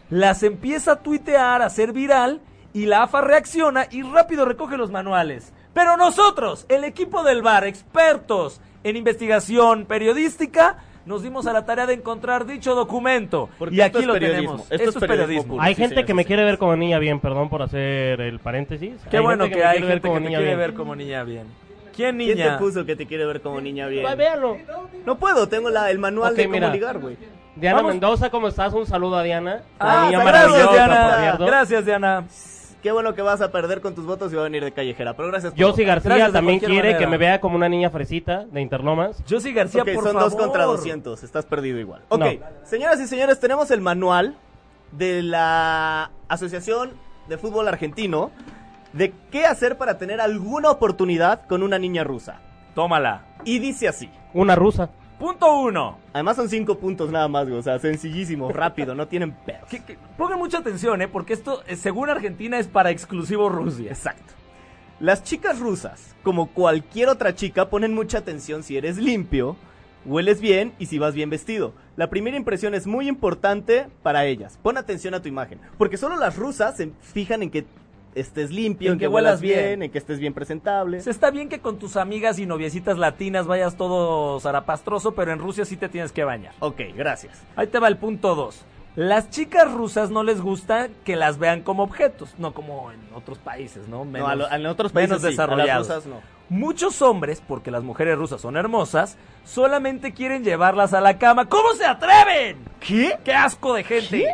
[SPEAKER 3] las empieza a tuitear, a hacer viral, y la AFA reacciona y rápido recoge los manuales. Pero nosotros, el equipo del bar, expertos en investigación periodística, nos dimos a la tarea de encontrar dicho documento.
[SPEAKER 4] Porque
[SPEAKER 3] y
[SPEAKER 4] esto
[SPEAKER 3] aquí
[SPEAKER 4] es
[SPEAKER 3] lo
[SPEAKER 4] periodismo,
[SPEAKER 3] tenemos.
[SPEAKER 4] esto es periodismo puro.
[SPEAKER 5] Hay
[SPEAKER 4] sí,
[SPEAKER 5] gente
[SPEAKER 4] señor,
[SPEAKER 5] que
[SPEAKER 4] sí,
[SPEAKER 5] me
[SPEAKER 4] señor.
[SPEAKER 5] quiere ver como niña bien, perdón por hacer el paréntesis.
[SPEAKER 3] Qué bueno que,
[SPEAKER 5] gente me
[SPEAKER 3] hay
[SPEAKER 5] quiere ver
[SPEAKER 3] gente que
[SPEAKER 5] como
[SPEAKER 3] te
[SPEAKER 5] niña
[SPEAKER 3] quiere
[SPEAKER 5] bien.
[SPEAKER 3] ver como niña bien. ¿Quién niña?
[SPEAKER 4] ¿Quién te puso que te quiere ver como niña bien?
[SPEAKER 5] Ay, véalo.
[SPEAKER 4] No puedo, tengo la, el manual
[SPEAKER 5] Ok,
[SPEAKER 4] de cómo
[SPEAKER 5] mira.
[SPEAKER 4] ligar, güey.
[SPEAKER 5] Diana
[SPEAKER 3] Vamos.
[SPEAKER 5] Mendoza, ¿cómo estás? Un saludo a Diana.
[SPEAKER 3] Ah,
[SPEAKER 5] Una niña
[SPEAKER 3] gracias,
[SPEAKER 5] maravillosa, por
[SPEAKER 3] Diana.
[SPEAKER 5] cierto.
[SPEAKER 3] Gracias, Diana.
[SPEAKER 4] Qué bueno que vas a perder con tus votos y va a venir de callejera, pero gracias por
[SPEAKER 5] Josie
[SPEAKER 4] votar.
[SPEAKER 5] García
[SPEAKER 3] Gracias de
[SPEAKER 5] también
[SPEAKER 3] cualquier
[SPEAKER 5] quiere
[SPEAKER 3] manera.
[SPEAKER 5] que me vea como una niña fresita de Interlomas.
[SPEAKER 3] Josie García,
[SPEAKER 4] Ok,
[SPEAKER 3] por
[SPEAKER 4] son
[SPEAKER 3] favor.
[SPEAKER 4] dos contra 200, estás perdido igual. Ok,
[SPEAKER 5] No.
[SPEAKER 4] señoras y señores, tenemos el manual de la Asociación de Fútbol Argentino de qué hacer para tener alguna oportunidad con una niña rusa.
[SPEAKER 3] Tómala.
[SPEAKER 4] Y dice así.
[SPEAKER 5] Una rusa.
[SPEAKER 3] Punto uno.
[SPEAKER 4] Además son cinco puntos nada más, güey, o
[SPEAKER 3] *laughs*
[SPEAKER 4] sea, sencillísimo, rápido, no tienen pedos.
[SPEAKER 3] Que- que- pongan mucha atención, ¿eh? Porque esto, eh, según Argentina, es para exclusivo Rusia.
[SPEAKER 4] Exacto. Las chicas rusas, como cualquier otra chica, ponen mucha atención si eres limpio, hueles bien y si vas bien vestido. La primera impresión es muy importante para ellas. Pon atención a tu imagen, porque solo las rusas se fijan en que estés limpio, en, que, huelas bien, en que estés bien presentable.
[SPEAKER 3] Se está bien que con tus amigas y noviecitas latinas vayas todo zarapastroso, pero en Rusia sí te tienes que bañar.
[SPEAKER 4] Ok, gracias.
[SPEAKER 3] Ahí te va el punto dos. Las chicas rusas no les gusta que las vean como objetos, no como en otros países, ¿no?
[SPEAKER 4] no, a lo- en otros países
[SPEAKER 3] menos
[SPEAKER 4] sí, a las
[SPEAKER 3] desarrollados.
[SPEAKER 4] rusas no.
[SPEAKER 3] Muchos hombres, porque las mujeres rusas son hermosas, solamente quieren llevarlas a la cama. ¿Cómo se atreven? ¿Qué? ¡Qué asco de gente!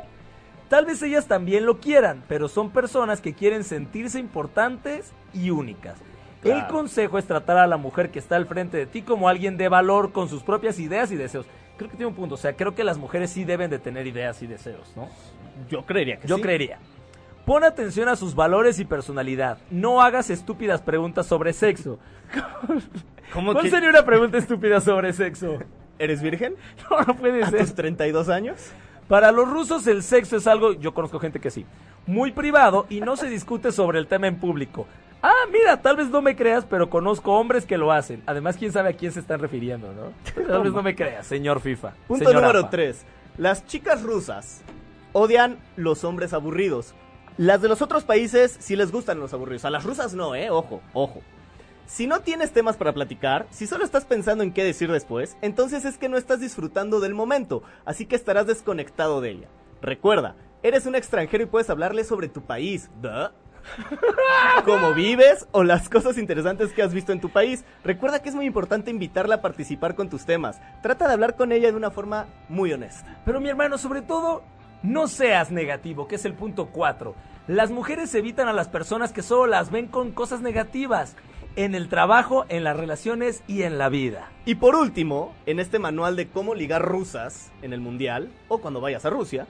[SPEAKER 3] Tal vez ellas también lo quieran, pero son personas que quieren sentirse importantes y únicas. El
[SPEAKER 4] Claro.
[SPEAKER 3] consejo es tratar a la mujer que está al frente de ti como alguien de valor con sus propias ideas y deseos. Creo que tiene un punto, o sea, creo que las mujeres sí deben de tener ideas y deseos, ¿no?
[SPEAKER 4] Yo creería que
[SPEAKER 3] Yo
[SPEAKER 4] sí.
[SPEAKER 3] creería. Pon atención a sus valores y personalidad. No hagas estúpidas preguntas sobre sexo.
[SPEAKER 4] ¿Cómo
[SPEAKER 3] ¿Cuál
[SPEAKER 4] que-
[SPEAKER 3] sería una pregunta estúpida sobre
[SPEAKER 4] *laughs*
[SPEAKER 3] sexo? *laughs*
[SPEAKER 4] ¿Eres virgen?
[SPEAKER 3] No, no puede
[SPEAKER 4] ¿A
[SPEAKER 3] ser.
[SPEAKER 4] tus 32 años?
[SPEAKER 3] Para los rusos el sexo es algo, yo conozco gente que sí, muy privado y no se discute sobre el tema en público. Ah, mira, tal vez no me creas, pero conozco hombres que lo hacen. Además, quién sabe a quién se están refiriendo, ¿no? Tal vez no me creas, señor FIFA.
[SPEAKER 4] Punto
[SPEAKER 3] señor
[SPEAKER 4] número
[SPEAKER 3] APA.
[SPEAKER 4] 3. Las chicas rusas odian los hombres aburridos. Las de los otros países sí les gustan los aburridos. A las rusas no, eh. Ojo, ojo. Si no tienes temas para platicar, si solo estás pensando en qué decir después, entonces es que no estás disfrutando del momento, así que estarás desconectado de ella. Recuerda, eres un extranjero y puedes hablarle sobre tu país, ¿duh? cómo vives o las cosas interesantes que has visto en tu país. Recuerda que es muy importante invitarla a participar con tus temas. Trata de hablar con ella de una forma muy honesta.
[SPEAKER 3] Pero mi hermano, sobre todo, no seas negativo, que es el punto 4. Las mujeres evitan a las personas que solo las ven con cosas negativas. En el trabajo, en las relaciones y en la vida.
[SPEAKER 4] Y por último, en este manual de cómo ligar rusas en el mundial o cuando vayas a Rusia,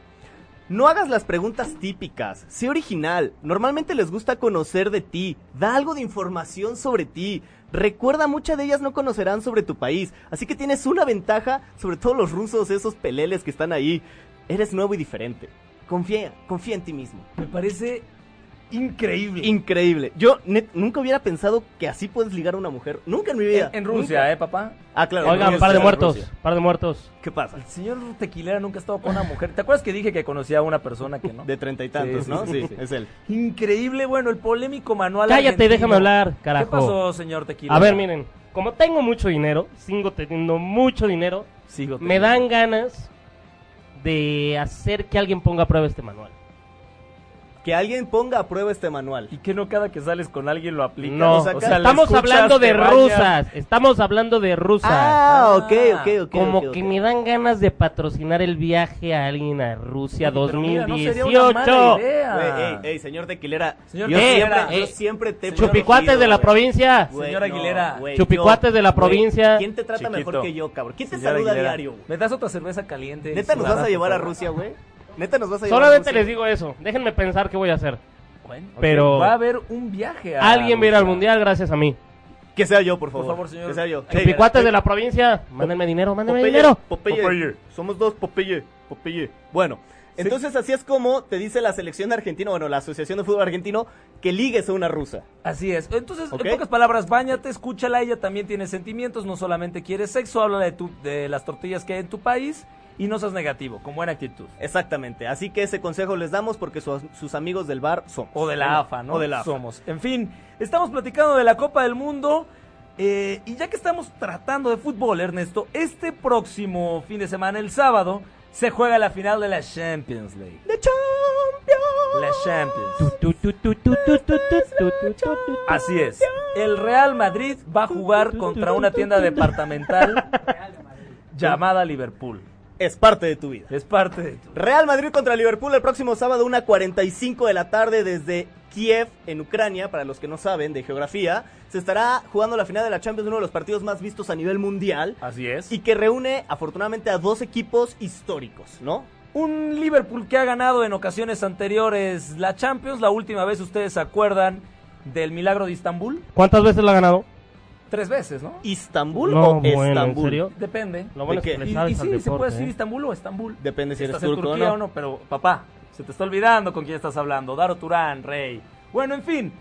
[SPEAKER 4] no hagas las preguntas típicas, sé original, normalmente les gusta conocer de ti, da algo de información sobre ti, recuerda muchas de ellas no conocerán sobre tu país, así que tienes una ventaja sobre todos los rusos, esos peleles que están ahí, eres nuevo y diferente, confía, confía en ti mismo.
[SPEAKER 3] Me parece increíble.
[SPEAKER 4] Increíble. Yo net- nunca hubiera pensado que así puedes ligar a una mujer. Nunca en mi vida.
[SPEAKER 3] en, en Rusia,
[SPEAKER 4] Nunca.
[SPEAKER 3] ¿eh, papá?
[SPEAKER 4] Ah, claro.
[SPEAKER 5] Oigan,
[SPEAKER 4] en
[SPEAKER 5] par de
[SPEAKER 4] Rusia,
[SPEAKER 5] muertos,
[SPEAKER 4] Rusia.
[SPEAKER 5] par de muertos.
[SPEAKER 4] ¿Qué pasa?
[SPEAKER 3] El señor Tequilera nunca ha estado con una mujer. ¿Te acuerdas que dije que conocía a una persona que no?
[SPEAKER 4] *laughs* De treinta y tantos,
[SPEAKER 3] Sí, sí,
[SPEAKER 4] ¿no?
[SPEAKER 3] sí,
[SPEAKER 4] Sí,
[SPEAKER 3] sí.
[SPEAKER 4] es él.
[SPEAKER 3] Increíble, bueno, el polémico manual.
[SPEAKER 5] Cállate,
[SPEAKER 3] argentino.
[SPEAKER 5] déjame hablar, carajo.
[SPEAKER 3] ¿Qué pasó, señor Tequilera?
[SPEAKER 5] A ver, miren, como tengo mucho dinero, sigo teniendo mucho dinero,
[SPEAKER 3] Sigo
[SPEAKER 5] me
[SPEAKER 3] teniendo.
[SPEAKER 5] dan ganas de hacer que alguien ponga a prueba este manual.
[SPEAKER 4] Que alguien ponga a prueba este manual.
[SPEAKER 3] ¿Y que no cada que sales con alguien lo aplicas?
[SPEAKER 5] No,
[SPEAKER 4] o sea,
[SPEAKER 3] le
[SPEAKER 5] estamos
[SPEAKER 3] escuchas,
[SPEAKER 5] hablando
[SPEAKER 3] te
[SPEAKER 5] de
[SPEAKER 3] bañas.
[SPEAKER 5] rusas, estamos hablando de rusas.
[SPEAKER 4] Ah, ok,
[SPEAKER 3] Ah,
[SPEAKER 4] ok, ok.
[SPEAKER 5] Como
[SPEAKER 4] ok, ok.
[SPEAKER 5] que me dan ganas de patrocinar el viaje a alguien a Rusia
[SPEAKER 3] Oye, pero mira, no sería
[SPEAKER 5] 2018.
[SPEAKER 3] una mala
[SPEAKER 4] Güey, ey,
[SPEAKER 3] idea.
[SPEAKER 4] ey, señor Tequilera.
[SPEAKER 3] Señor
[SPEAKER 4] yo,
[SPEAKER 3] Tequilera,
[SPEAKER 4] siempre, yo
[SPEAKER 5] ey.
[SPEAKER 4] siempre te he
[SPEAKER 5] Chupicuates
[SPEAKER 4] protegido,
[SPEAKER 5] de la
[SPEAKER 4] güey.
[SPEAKER 5] provincia.
[SPEAKER 4] Güey,
[SPEAKER 3] Señor
[SPEAKER 4] no,
[SPEAKER 3] Aguilera.
[SPEAKER 4] güey,
[SPEAKER 5] Chupicuates
[SPEAKER 4] yo-
[SPEAKER 5] de la
[SPEAKER 4] güey,
[SPEAKER 5] provincia.
[SPEAKER 4] ¿Quién te trata mejor
[SPEAKER 3] Chiquito.
[SPEAKER 4] que yo, cabrón? ¿Quién te
[SPEAKER 3] Señora
[SPEAKER 4] saluda a
[SPEAKER 3] Aguilera,
[SPEAKER 4] diario, güey?
[SPEAKER 3] ¿Me das otra cerveza caliente?
[SPEAKER 4] ¿Neta nos vas
[SPEAKER 3] sudada,
[SPEAKER 4] a llevar
[SPEAKER 3] por
[SPEAKER 4] a
[SPEAKER 3] favor?
[SPEAKER 4] Rusia, güey? ¿Neta nos vas a llevar a Rusia?
[SPEAKER 5] Solamente les digo eso. Déjenme pensar qué voy a hacer.
[SPEAKER 3] Bueno, ok,
[SPEAKER 5] Pero-
[SPEAKER 3] Va a haber un viaje a
[SPEAKER 5] Alguien va a ir al
[SPEAKER 3] Rusia.
[SPEAKER 5] mundial gracias a mí.
[SPEAKER 4] Que sea yo, por favor.
[SPEAKER 3] favor, señor.
[SPEAKER 4] Que sea yo.
[SPEAKER 3] Ey,
[SPEAKER 5] Chupicuates de la provincia, mándenme dinero, mándenme
[SPEAKER 4] Popeye,
[SPEAKER 5] dinero.
[SPEAKER 4] Popeye.
[SPEAKER 2] Popeye.
[SPEAKER 4] Somos dos, Popeye. Popeye. Bueno, entonces así es como te dice la selección argentina, bueno, la Asociación de Fútbol Argentino, que ligues a una rusa.
[SPEAKER 3] Así es. Entonces,
[SPEAKER 4] ¿Ok?
[SPEAKER 3] en pocas palabras, bañate, escúchala, ella también tiene sentimientos, no solamente quiere sexo, habla de, tu- de las tortillas que hay en tu país y no seas negativo, con buena actitud.
[SPEAKER 4] Exactamente. Así que ese consejo les damos porque su- sus amigos del bar son.
[SPEAKER 3] O de la AFA, ¿no?
[SPEAKER 4] O de la AFA.
[SPEAKER 3] Somos. En fin, estamos platicando de la Copa del Mundo. eh, y ya que estamos tratando de fútbol, Ernesto, este próximo fin de semana, el sábado, se juega la final de la Champions League.
[SPEAKER 4] The Champions.
[SPEAKER 3] La Champions.
[SPEAKER 5] Tu, tu, tu, tu, tu, tu, tu, tu, tu, tu, tu.
[SPEAKER 3] Así es. El Real Madrid va a jugar contra una tienda
[SPEAKER 5] *laughs*
[SPEAKER 3] departamental llamada Liverpool.
[SPEAKER 4] Es parte de tu vida.
[SPEAKER 3] Es parte de tu-
[SPEAKER 4] Real Madrid contra Liverpool el próximo sábado 1.45 de la tarde desde Kiev, en Ucrania, para los que no saben de geografía. Se estará jugando la final de la Champions, uno de los partidos más vistos a nivel mundial.
[SPEAKER 3] Así es.
[SPEAKER 4] Y
[SPEAKER 3] Y
[SPEAKER 4] que reúne afortunadamente a dos equipos históricos, ¿no?
[SPEAKER 3] un Liverpool que ha ganado en ocasiones anteriores la Champions. La última vez ustedes se acuerdan del milagro de Estambul.
[SPEAKER 5] ¿Cuántas veces lo ha ganado?
[SPEAKER 3] Tres veces, ¿no?
[SPEAKER 4] ¿Istambul
[SPEAKER 5] No,
[SPEAKER 4] o
[SPEAKER 5] bueno, ¿en
[SPEAKER 4] Estambul?
[SPEAKER 5] serio?
[SPEAKER 3] Depende.
[SPEAKER 5] Lo bueno
[SPEAKER 4] ¿De
[SPEAKER 5] es
[SPEAKER 4] qué?
[SPEAKER 5] que le
[SPEAKER 3] Y,
[SPEAKER 5] sabes
[SPEAKER 3] y sí,
[SPEAKER 5] al
[SPEAKER 3] se
[SPEAKER 5] deporte,
[SPEAKER 3] puede decir
[SPEAKER 5] ¿eh?
[SPEAKER 3] Istambul o Estambul.
[SPEAKER 4] Depende si eres
[SPEAKER 3] estás en
[SPEAKER 4] turco o
[SPEAKER 3] Turquía
[SPEAKER 4] no.
[SPEAKER 3] o no, pero papá, se te está olvidando con quién estás hablando. Daro Turán, Rey. Bueno, en fin,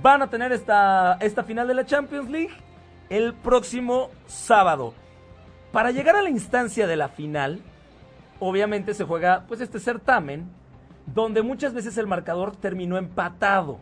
[SPEAKER 3] van a tener esta, esta final de la Champions League el próximo sábado. Para llegar a la instancia de la final, obviamente se juega pues este certamen donde muchas veces el marcador terminó empatado.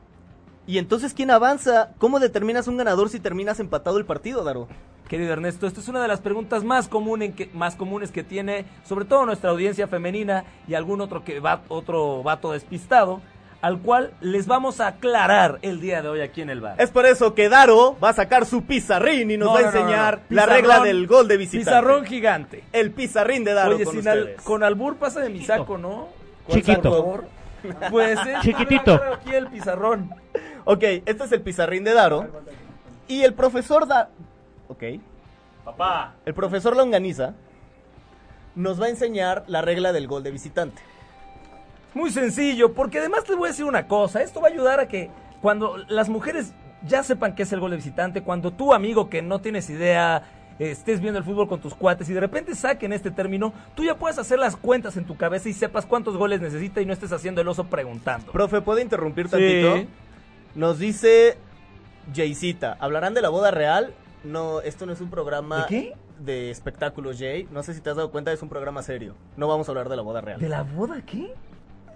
[SPEAKER 4] Y entonces, ¿quién avanza? ¿Cómo determinas un ganador si terminas empatado el partido, Daro?
[SPEAKER 3] Querido Ernesto, esta es una de las preguntas más, común en que- más comunes que tiene, sobre todo nuestra audiencia femenina y algún otro, que va, otro vato despistado, al cual les vamos a aclarar el día de hoy aquí en el bar.
[SPEAKER 4] Es por eso que Daro va a sacar su pizarrín y nos
[SPEAKER 3] No,
[SPEAKER 4] va a
[SPEAKER 3] no, no, no, no.
[SPEAKER 4] enseñar la
[SPEAKER 3] Pizarrón-
[SPEAKER 4] regla del gol de visitante.
[SPEAKER 3] Pizarrón gigante.
[SPEAKER 4] El pizarrín de Daro
[SPEAKER 3] Oye,
[SPEAKER 4] con
[SPEAKER 3] sin al-
[SPEAKER 4] ustedes.
[SPEAKER 3] con albur pasa de mi saco, ¿no?
[SPEAKER 5] ¿Cuál Chiquito.
[SPEAKER 3] Por favor. Pues es,
[SPEAKER 5] Chiquitito.
[SPEAKER 3] aquí el pizarrón.
[SPEAKER 4] Ok, este es el pizarrín de Daro. Y el profesor da... Ok. Papá. El profesor Longaniza nos va a enseñar la regla del gol de visitante.
[SPEAKER 3] Muy sencillo, porque además les voy a decir una cosa, esto va a ayudar a que cuando las mujeres ya sepan qué es el gol de visitante, cuando tu amigo que no tienes idea eh, estés viendo el fútbol con tus cuates y de repente saquen este término, tú ya puedes hacer las cuentas en tu cabeza y sepas cuántos goles necesita y no estés haciendo el oso preguntando.
[SPEAKER 4] Profe, ¿puedo interrumpir
[SPEAKER 3] Sí.
[SPEAKER 4] tantito? Nos dice Jaycita, ¿hablarán de la boda real? No, esto no es un programa
[SPEAKER 3] ¿De qué?
[SPEAKER 4] de espectáculos, Jay. No sé si te has dado cuenta, es un programa serio. No vamos a hablar de la boda real.
[SPEAKER 3] ¿De la boda qué?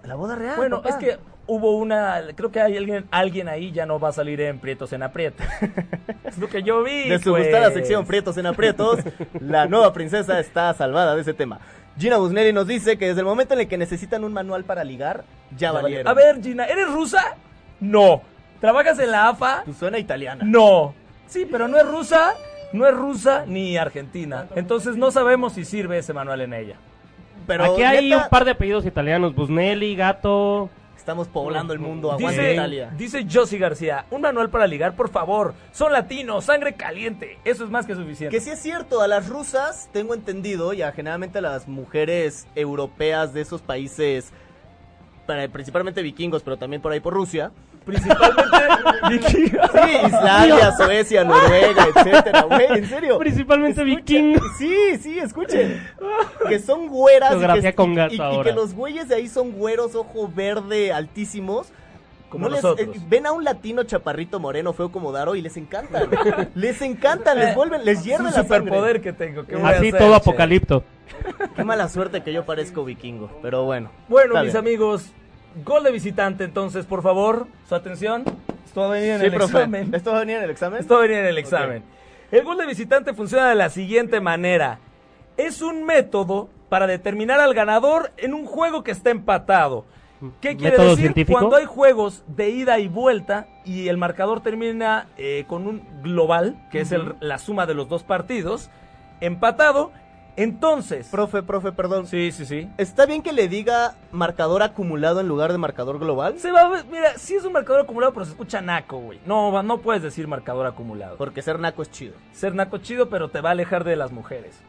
[SPEAKER 4] la boda real?
[SPEAKER 3] Bueno, es que hubo una, creo que hay alguien, alguien ahí ya no va a salir en Prietos en Aprietos. *laughs* es lo que yo vi.
[SPEAKER 4] Les
[SPEAKER 3] pues.
[SPEAKER 4] gusta la sección Prietos en Aprietos. la nueva princesa está salvada de ese tema. Gina Busnelli nos dice que desde el momento en el que necesitan un manual para ligar, ya, valieron.
[SPEAKER 3] Ah, A ver, Gina, ¿eres rusa? No. ¿Trabajas en la AFA?
[SPEAKER 4] Tú suena italiana.
[SPEAKER 3] No. Sí, pero no es rusa, no es rusa ni argentina. Entonces no sabemos si sirve ese manual en ella.
[SPEAKER 4] Pero
[SPEAKER 5] Aquí hay
[SPEAKER 4] neta,
[SPEAKER 5] un par de apellidos italianos, Busnelli, Gato.
[SPEAKER 4] Estamos poblando el mundo. Aguanta
[SPEAKER 3] Dice,
[SPEAKER 4] Italia.
[SPEAKER 3] dice Josie García, un manual para ligar, por favor. Son latinos, sangre caliente. Eso es más que suficiente. *laughs*
[SPEAKER 4] Que sí es cierto, a las rusas tengo entendido y a generalmente a las mujeres europeas de esos países, para- principalmente vikingos, pero también por ahí por Rusia.
[SPEAKER 3] Principalmente vikingas.
[SPEAKER 5] *laughs*
[SPEAKER 4] Sí, Islandia, Suecia, Noruega, etcétera, güey, en
[SPEAKER 5] *laughs*
[SPEAKER 4] serio.
[SPEAKER 5] Principalmente
[SPEAKER 4] Escuchen.
[SPEAKER 5] vikingos.
[SPEAKER 4] Sí, sí,
[SPEAKER 5] *laughs*
[SPEAKER 4] escuchen. Que son güeras. y
[SPEAKER 5] Geografía
[SPEAKER 4] que,
[SPEAKER 5] con
[SPEAKER 4] y-
[SPEAKER 5] gato
[SPEAKER 4] y- y
[SPEAKER 5] ahora.
[SPEAKER 4] que los güeyes de ahí son güeros, ojo verde, altísimos.
[SPEAKER 3] Como
[SPEAKER 4] les-
[SPEAKER 3] nosotros.
[SPEAKER 4] eh, ven a un latino chaparrito moreno feo como Daro y les encantan. les encantan, les vuelven,
[SPEAKER 5] *laughs*
[SPEAKER 4] les
[SPEAKER 3] Es
[SPEAKER 4] hierven
[SPEAKER 3] un
[SPEAKER 4] la sangre.
[SPEAKER 3] superpoder que tengo. ¿qué voy a
[SPEAKER 5] Así
[SPEAKER 3] hacer,
[SPEAKER 5] todo
[SPEAKER 3] che?
[SPEAKER 5] apocalipto.
[SPEAKER 4] Qué mala suerte que yo parezco vikingo, pero bueno.
[SPEAKER 3] Bueno,
[SPEAKER 4] Está
[SPEAKER 3] mis
[SPEAKER 4] bien.
[SPEAKER 3] amigos, gol de visitante entonces, por favor, su atención.
[SPEAKER 4] Esto va a venir en
[SPEAKER 3] Sí,
[SPEAKER 4] el
[SPEAKER 3] profe.
[SPEAKER 4] examen. ¿Esto va a venir en el examen?
[SPEAKER 3] Esto venía en el examen. El gol de visitante funciona de la siguiente manera. Es un método para determinar al ganador en un juego que está empatado. ¿Qué quiere
[SPEAKER 5] ¿Método
[SPEAKER 3] decir?
[SPEAKER 5] científico?
[SPEAKER 3] Cuando hay juegos de ida y vuelta y el marcador termina eh, con un global, que es el- la suma de los dos partidos, empatado, entonces...
[SPEAKER 4] Profe, profe, perdón.
[SPEAKER 3] Sí, sí, sí.
[SPEAKER 4] ¿Está bien que le diga marcador acumulado en lugar de marcador global?
[SPEAKER 3] Se va, a ver- mira, sí es un marcador acumulado, pero se escucha naco, güey. No, va- no puedes decir marcador acumulado.
[SPEAKER 4] Porque ser naco es chido.
[SPEAKER 3] ser naco chido, pero te va a alejar de las mujeres.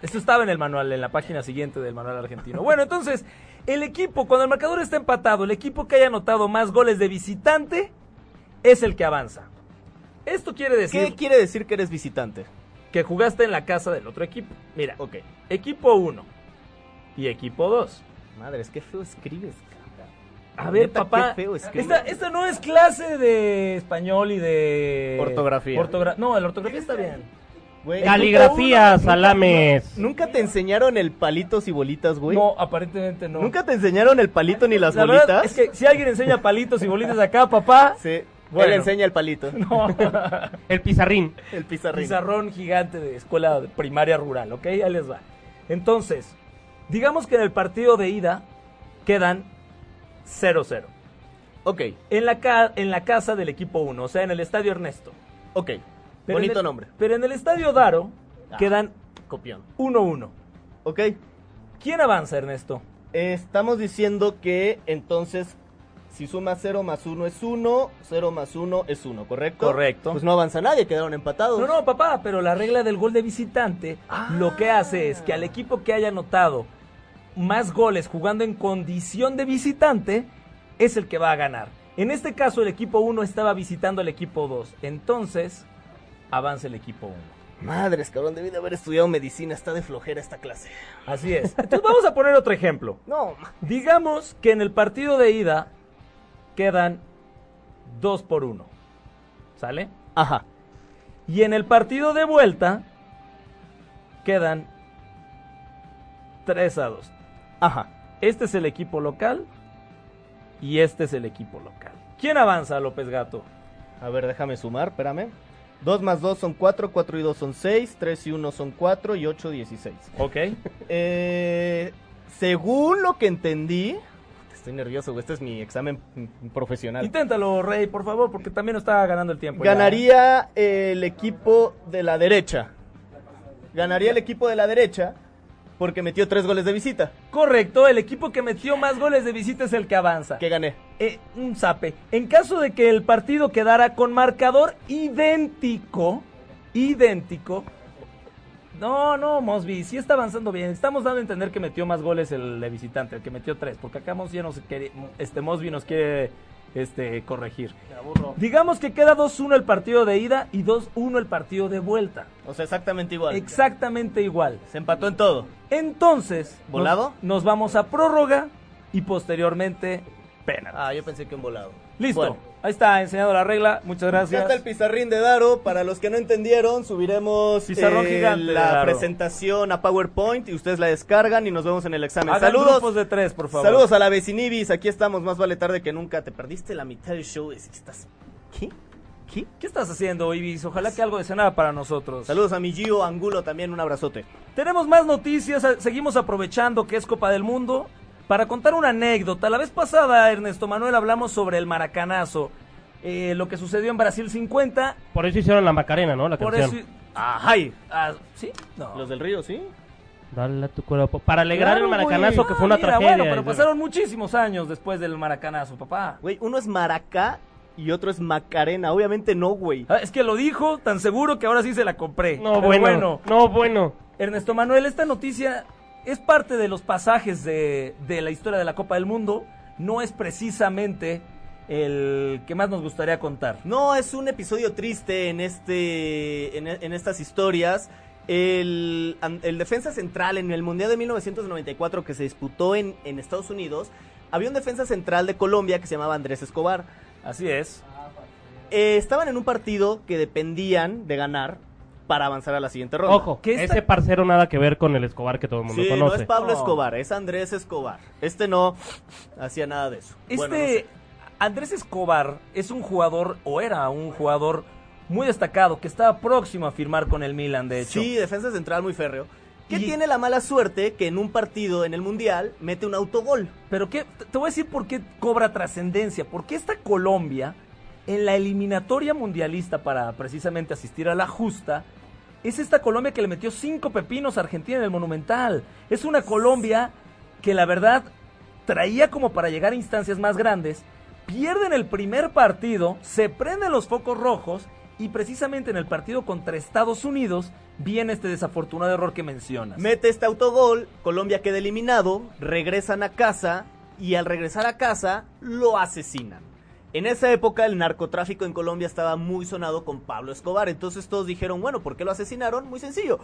[SPEAKER 3] Esto estaba en el manual, en la página siguiente del manual argentino. Bueno, entonces, el equipo, cuando el marcador está empatado, el equipo que haya anotado más goles de visitante es el que avanza. Esto quiere
[SPEAKER 4] ¿Qué
[SPEAKER 3] decir
[SPEAKER 4] quiere decir que eres visitante?
[SPEAKER 3] que jugaste en la casa del otro equipo. Mira,
[SPEAKER 4] Ok.
[SPEAKER 3] equipo 1 y equipo 2.
[SPEAKER 4] Madres, qué feo escribes, cabrón.
[SPEAKER 3] A ver,
[SPEAKER 4] Neta,
[SPEAKER 3] papá.
[SPEAKER 4] qué feo escribes.
[SPEAKER 3] esta, esta no es clase de español y de.
[SPEAKER 4] Ortografía.
[SPEAKER 3] Ortogra- no, la ortografía está bien.
[SPEAKER 4] Güey,
[SPEAKER 5] Caligrafía,
[SPEAKER 4] nunca-
[SPEAKER 5] salames.
[SPEAKER 4] ¿Nunca te enseñaron el palitos y bolitas, güey?
[SPEAKER 3] No, aparentemente no.
[SPEAKER 4] ¿Nunca te enseñaron el palito ni las
[SPEAKER 3] La
[SPEAKER 4] bolitas?
[SPEAKER 3] verdad es que si alguien enseña palitos y bolitas acá, papá,
[SPEAKER 4] *laughs*
[SPEAKER 3] *laughs*
[SPEAKER 4] Sí.
[SPEAKER 3] Bueno.
[SPEAKER 4] Él enseña el
[SPEAKER 3] *laughs*
[SPEAKER 4] palito.
[SPEAKER 3] no.
[SPEAKER 5] El pizarrín.
[SPEAKER 4] El pizarrín.
[SPEAKER 3] Pizarrón gigante de escuela de primaria rural, ¿ok? Ahí les va. Entonces, digamos que en el partido de ida quedan 0-0.
[SPEAKER 4] Ok,
[SPEAKER 3] En la, ca- en la casa del equipo 1, o sea, en el estadio Ernesto.
[SPEAKER 4] ok.
[SPEAKER 3] Pero en
[SPEAKER 4] Bonito
[SPEAKER 3] el-
[SPEAKER 4] nombre.
[SPEAKER 3] Pero en el estadio Daro
[SPEAKER 4] Ah.
[SPEAKER 3] quedan
[SPEAKER 4] Copión.
[SPEAKER 3] 1-1.
[SPEAKER 4] Ok.
[SPEAKER 3] ¿Quién avanza, Ernesto?
[SPEAKER 4] Estamos diciendo que entonces, si suma 0 más 1 es 1, 0 más 1 es 1, ¿correcto?
[SPEAKER 3] Correcto.
[SPEAKER 4] Pues no avanza nadie, quedaron empatados.
[SPEAKER 3] No, no, papá, pero la regla del gol de visitante lo que hace es que al equipo que haya anotado más goles jugando en condición de visitante es el que va a ganar. En este caso el equipo 1 estaba visitando al equipo 2, entonces avanza el equipo 1.
[SPEAKER 4] Madres, cabrón, debí de haber estudiado medicina, está de flojera esta clase.
[SPEAKER 3] Así es. Entonces vamos a poner otro ejemplo.
[SPEAKER 4] No, ma-
[SPEAKER 3] Digamos que en el partido de ida quedan 2 por 1. ¿Sale?
[SPEAKER 4] Ajá.
[SPEAKER 3] Y en el partido de vuelta quedan 3 a 2.
[SPEAKER 4] Ajá.
[SPEAKER 3] Este es el equipo local y este es el equipo local. ¿Quién avanza, López Gato?
[SPEAKER 4] A ver, déjame sumar, espérame. 2 más 2 son 4, 4 y 2 son 6, 3 y 1 son 4 y 8, 16. *laughs*
[SPEAKER 3] Ok.
[SPEAKER 4] Eh, según lo que entendí... Estoy nervioso, güey, este es mi examen mm, profesional.
[SPEAKER 3] Inténtalo, Rey, por favor, porque también nos está ganando el tiempo. ya. ¿eh?
[SPEAKER 4] Ganaría el equipo de la derecha. Ganaría el equipo de la derecha porque metió tres goles de visita.
[SPEAKER 3] Correcto, el equipo que metió más goles de visita es el que avanza.
[SPEAKER 4] Que gané.
[SPEAKER 3] Eh, un zape. En caso de que el partido quedara con marcador idéntico, idéntico, No, no, Mosby, sí está avanzando bien. Estamos dando a entender que metió más goles el de visitante, el que metió tres, porque acá Mosby ya nos quiere- este Mosby nos quiere este corregir.
[SPEAKER 4] Me aburro.
[SPEAKER 3] Digamos que queda 2-1 el partido de ida y 2-1 el partido de vuelta.
[SPEAKER 4] O sea, exactamente igual.
[SPEAKER 3] Exactamente igual.
[SPEAKER 4] Se empató en todo.
[SPEAKER 3] Entonces, nos-
[SPEAKER 4] ¿Volado?
[SPEAKER 3] Nos, vamos a prórroga y posteriormente penal.
[SPEAKER 4] Ah, yo pensé que un volado.
[SPEAKER 3] Listo.
[SPEAKER 4] Bueno,
[SPEAKER 3] Ahí está, enseñado la regla. Muchas
[SPEAKER 4] Ya
[SPEAKER 3] gracias.
[SPEAKER 4] está el pizarrín de Daro. Para los que no entendieron, subiremos eh,
[SPEAKER 3] Pizarrón gigante de
[SPEAKER 4] la
[SPEAKER 3] Daro.
[SPEAKER 4] presentación a PowerPoint y ustedes la descargan y nos vemos en el examen.
[SPEAKER 3] Hagan grupos
[SPEAKER 4] Saludos.
[SPEAKER 3] de tres, por favor.
[SPEAKER 4] Saludos a la vecinibis. Aquí estamos, más vale tarde que nunca. Te perdiste la mitad del show. Es que estás. ¿Qué? ¿Qué?
[SPEAKER 3] ¿Qué estás haciendo, Ibis? Ojalá que algo de cenar para nosotros.
[SPEAKER 4] Saludos a mi Gio Angulo también. Un abrazote.
[SPEAKER 3] Tenemos más noticias, a- seguimos aprovechando que es Copa del Mundo para contar una anécdota. La vez pasada, Ernesto Manuel, hablamos sobre el maracanazo, eh, lo que sucedió en Brasil 50.
[SPEAKER 5] Por eso hicieron la Macarena, ¿no? La
[SPEAKER 3] Por eso.
[SPEAKER 5] canción.
[SPEAKER 4] ¡Ajay!
[SPEAKER 3] ah, ¿Sí? No.
[SPEAKER 4] Los del río, ¿sí?
[SPEAKER 5] Dale a tu cuerpo. Para alegrar
[SPEAKER 3] Claro,
[SPEAKER 5] el maracanazo
[SPEAKER 3] güey.
[SPEAKER 5] que fue una
[SPEAKER 3] Ah, mira,
[SPEAKER 5] tragedia.
[SPEAKER 3] Bueno, pero
[SPEAKER 5] es
[SPEAKER 3] pasaron muchísimos años después del maracanazo, papá.
[SPEAKER 4] Güey, uno es Maracá y otro es Macarena. Obviamente no, güey.
[SPEAKER 3] Ah, Es que lo dijo tan seguro que ahora sí se la compré.
[SPEAKER 5] No,
[SPEAKER 3] Pero
[SPEAKER 5] bueno, No, bueno.
[SPEAKER 3] Ernesto Manuel, esta noticia es parte de los pasajes de, de la historia de la Copa del Mundo. No es precisamente el que más nos gustaría contar.
[SPEAKER 4] No, es un episodio triste en este. en, en estas historias. El, an- el defensa central en el Mundial de 1994 que se disputó en, en Estados Unidos, había un defensa central de Colombia que se llamaba Andrés Escobar.
[SPEAKER 3] Así es.
[SPEAKER 4] Eh, estaban en un partido que dependían de ganar para avanzar a la siguiente ronda.
[SPEAKER 5] Ojo,
[SPEAKER 3] ¿Qué está-
[SPEAKER 5] ese parcero nada que ver con el Escobar que todo el mundo
[SPEAKER 4] Sí, no
[SPEAKER 5] conoce.
[SPEAKER 4] es Pablo
[SPEAKER 3] No.
[SPEAKER 4] Escobar, es Andrés Escobar. Este no hacía nada de eso.
[SPEAKER 3] Este
[SPEAKER 4] Bueno, no sé.
[SPEAKER 3] Andrés Escobar es un jugador, o era un jugador muy destacado, que estaba próximo a firmar con el Milan, de hecho.
[SPEAKER 4] Sí, defensa central muy férreo. Que
[SPEAKER 3] Y-
[SPEAKER 4] tiene la mala suerte que en un partido en el Mundial mete un autogol.
[SPEAKER 3] Pero qué, te- te voy a decir por qué cobra trascendencia. Porque esta Colombia, en la eliminatoria mundialista para precisamente asistir a la justa, es esta Colombia que le metió cinco pepinos a Argentina en el Monumental. Es una Colombia que la verdad traía como para llegar a instancias más grandes. Pierden el primer partido, se prenden los focos rojos y precisamente en el partido contra Estados Unidos viene este desafortunado error que mencionas.
[SPEAKER 4] Mete este autogol, Colombia queda eliminado, regresan a casa y al regresar a casa lo asesinan. En esa época el narcotráfico en Colombia estaba muy sonado con Pablo Escobar, entonces todos dijeron, bueno, ¿por qué lo asesinaron? Muy sencillo.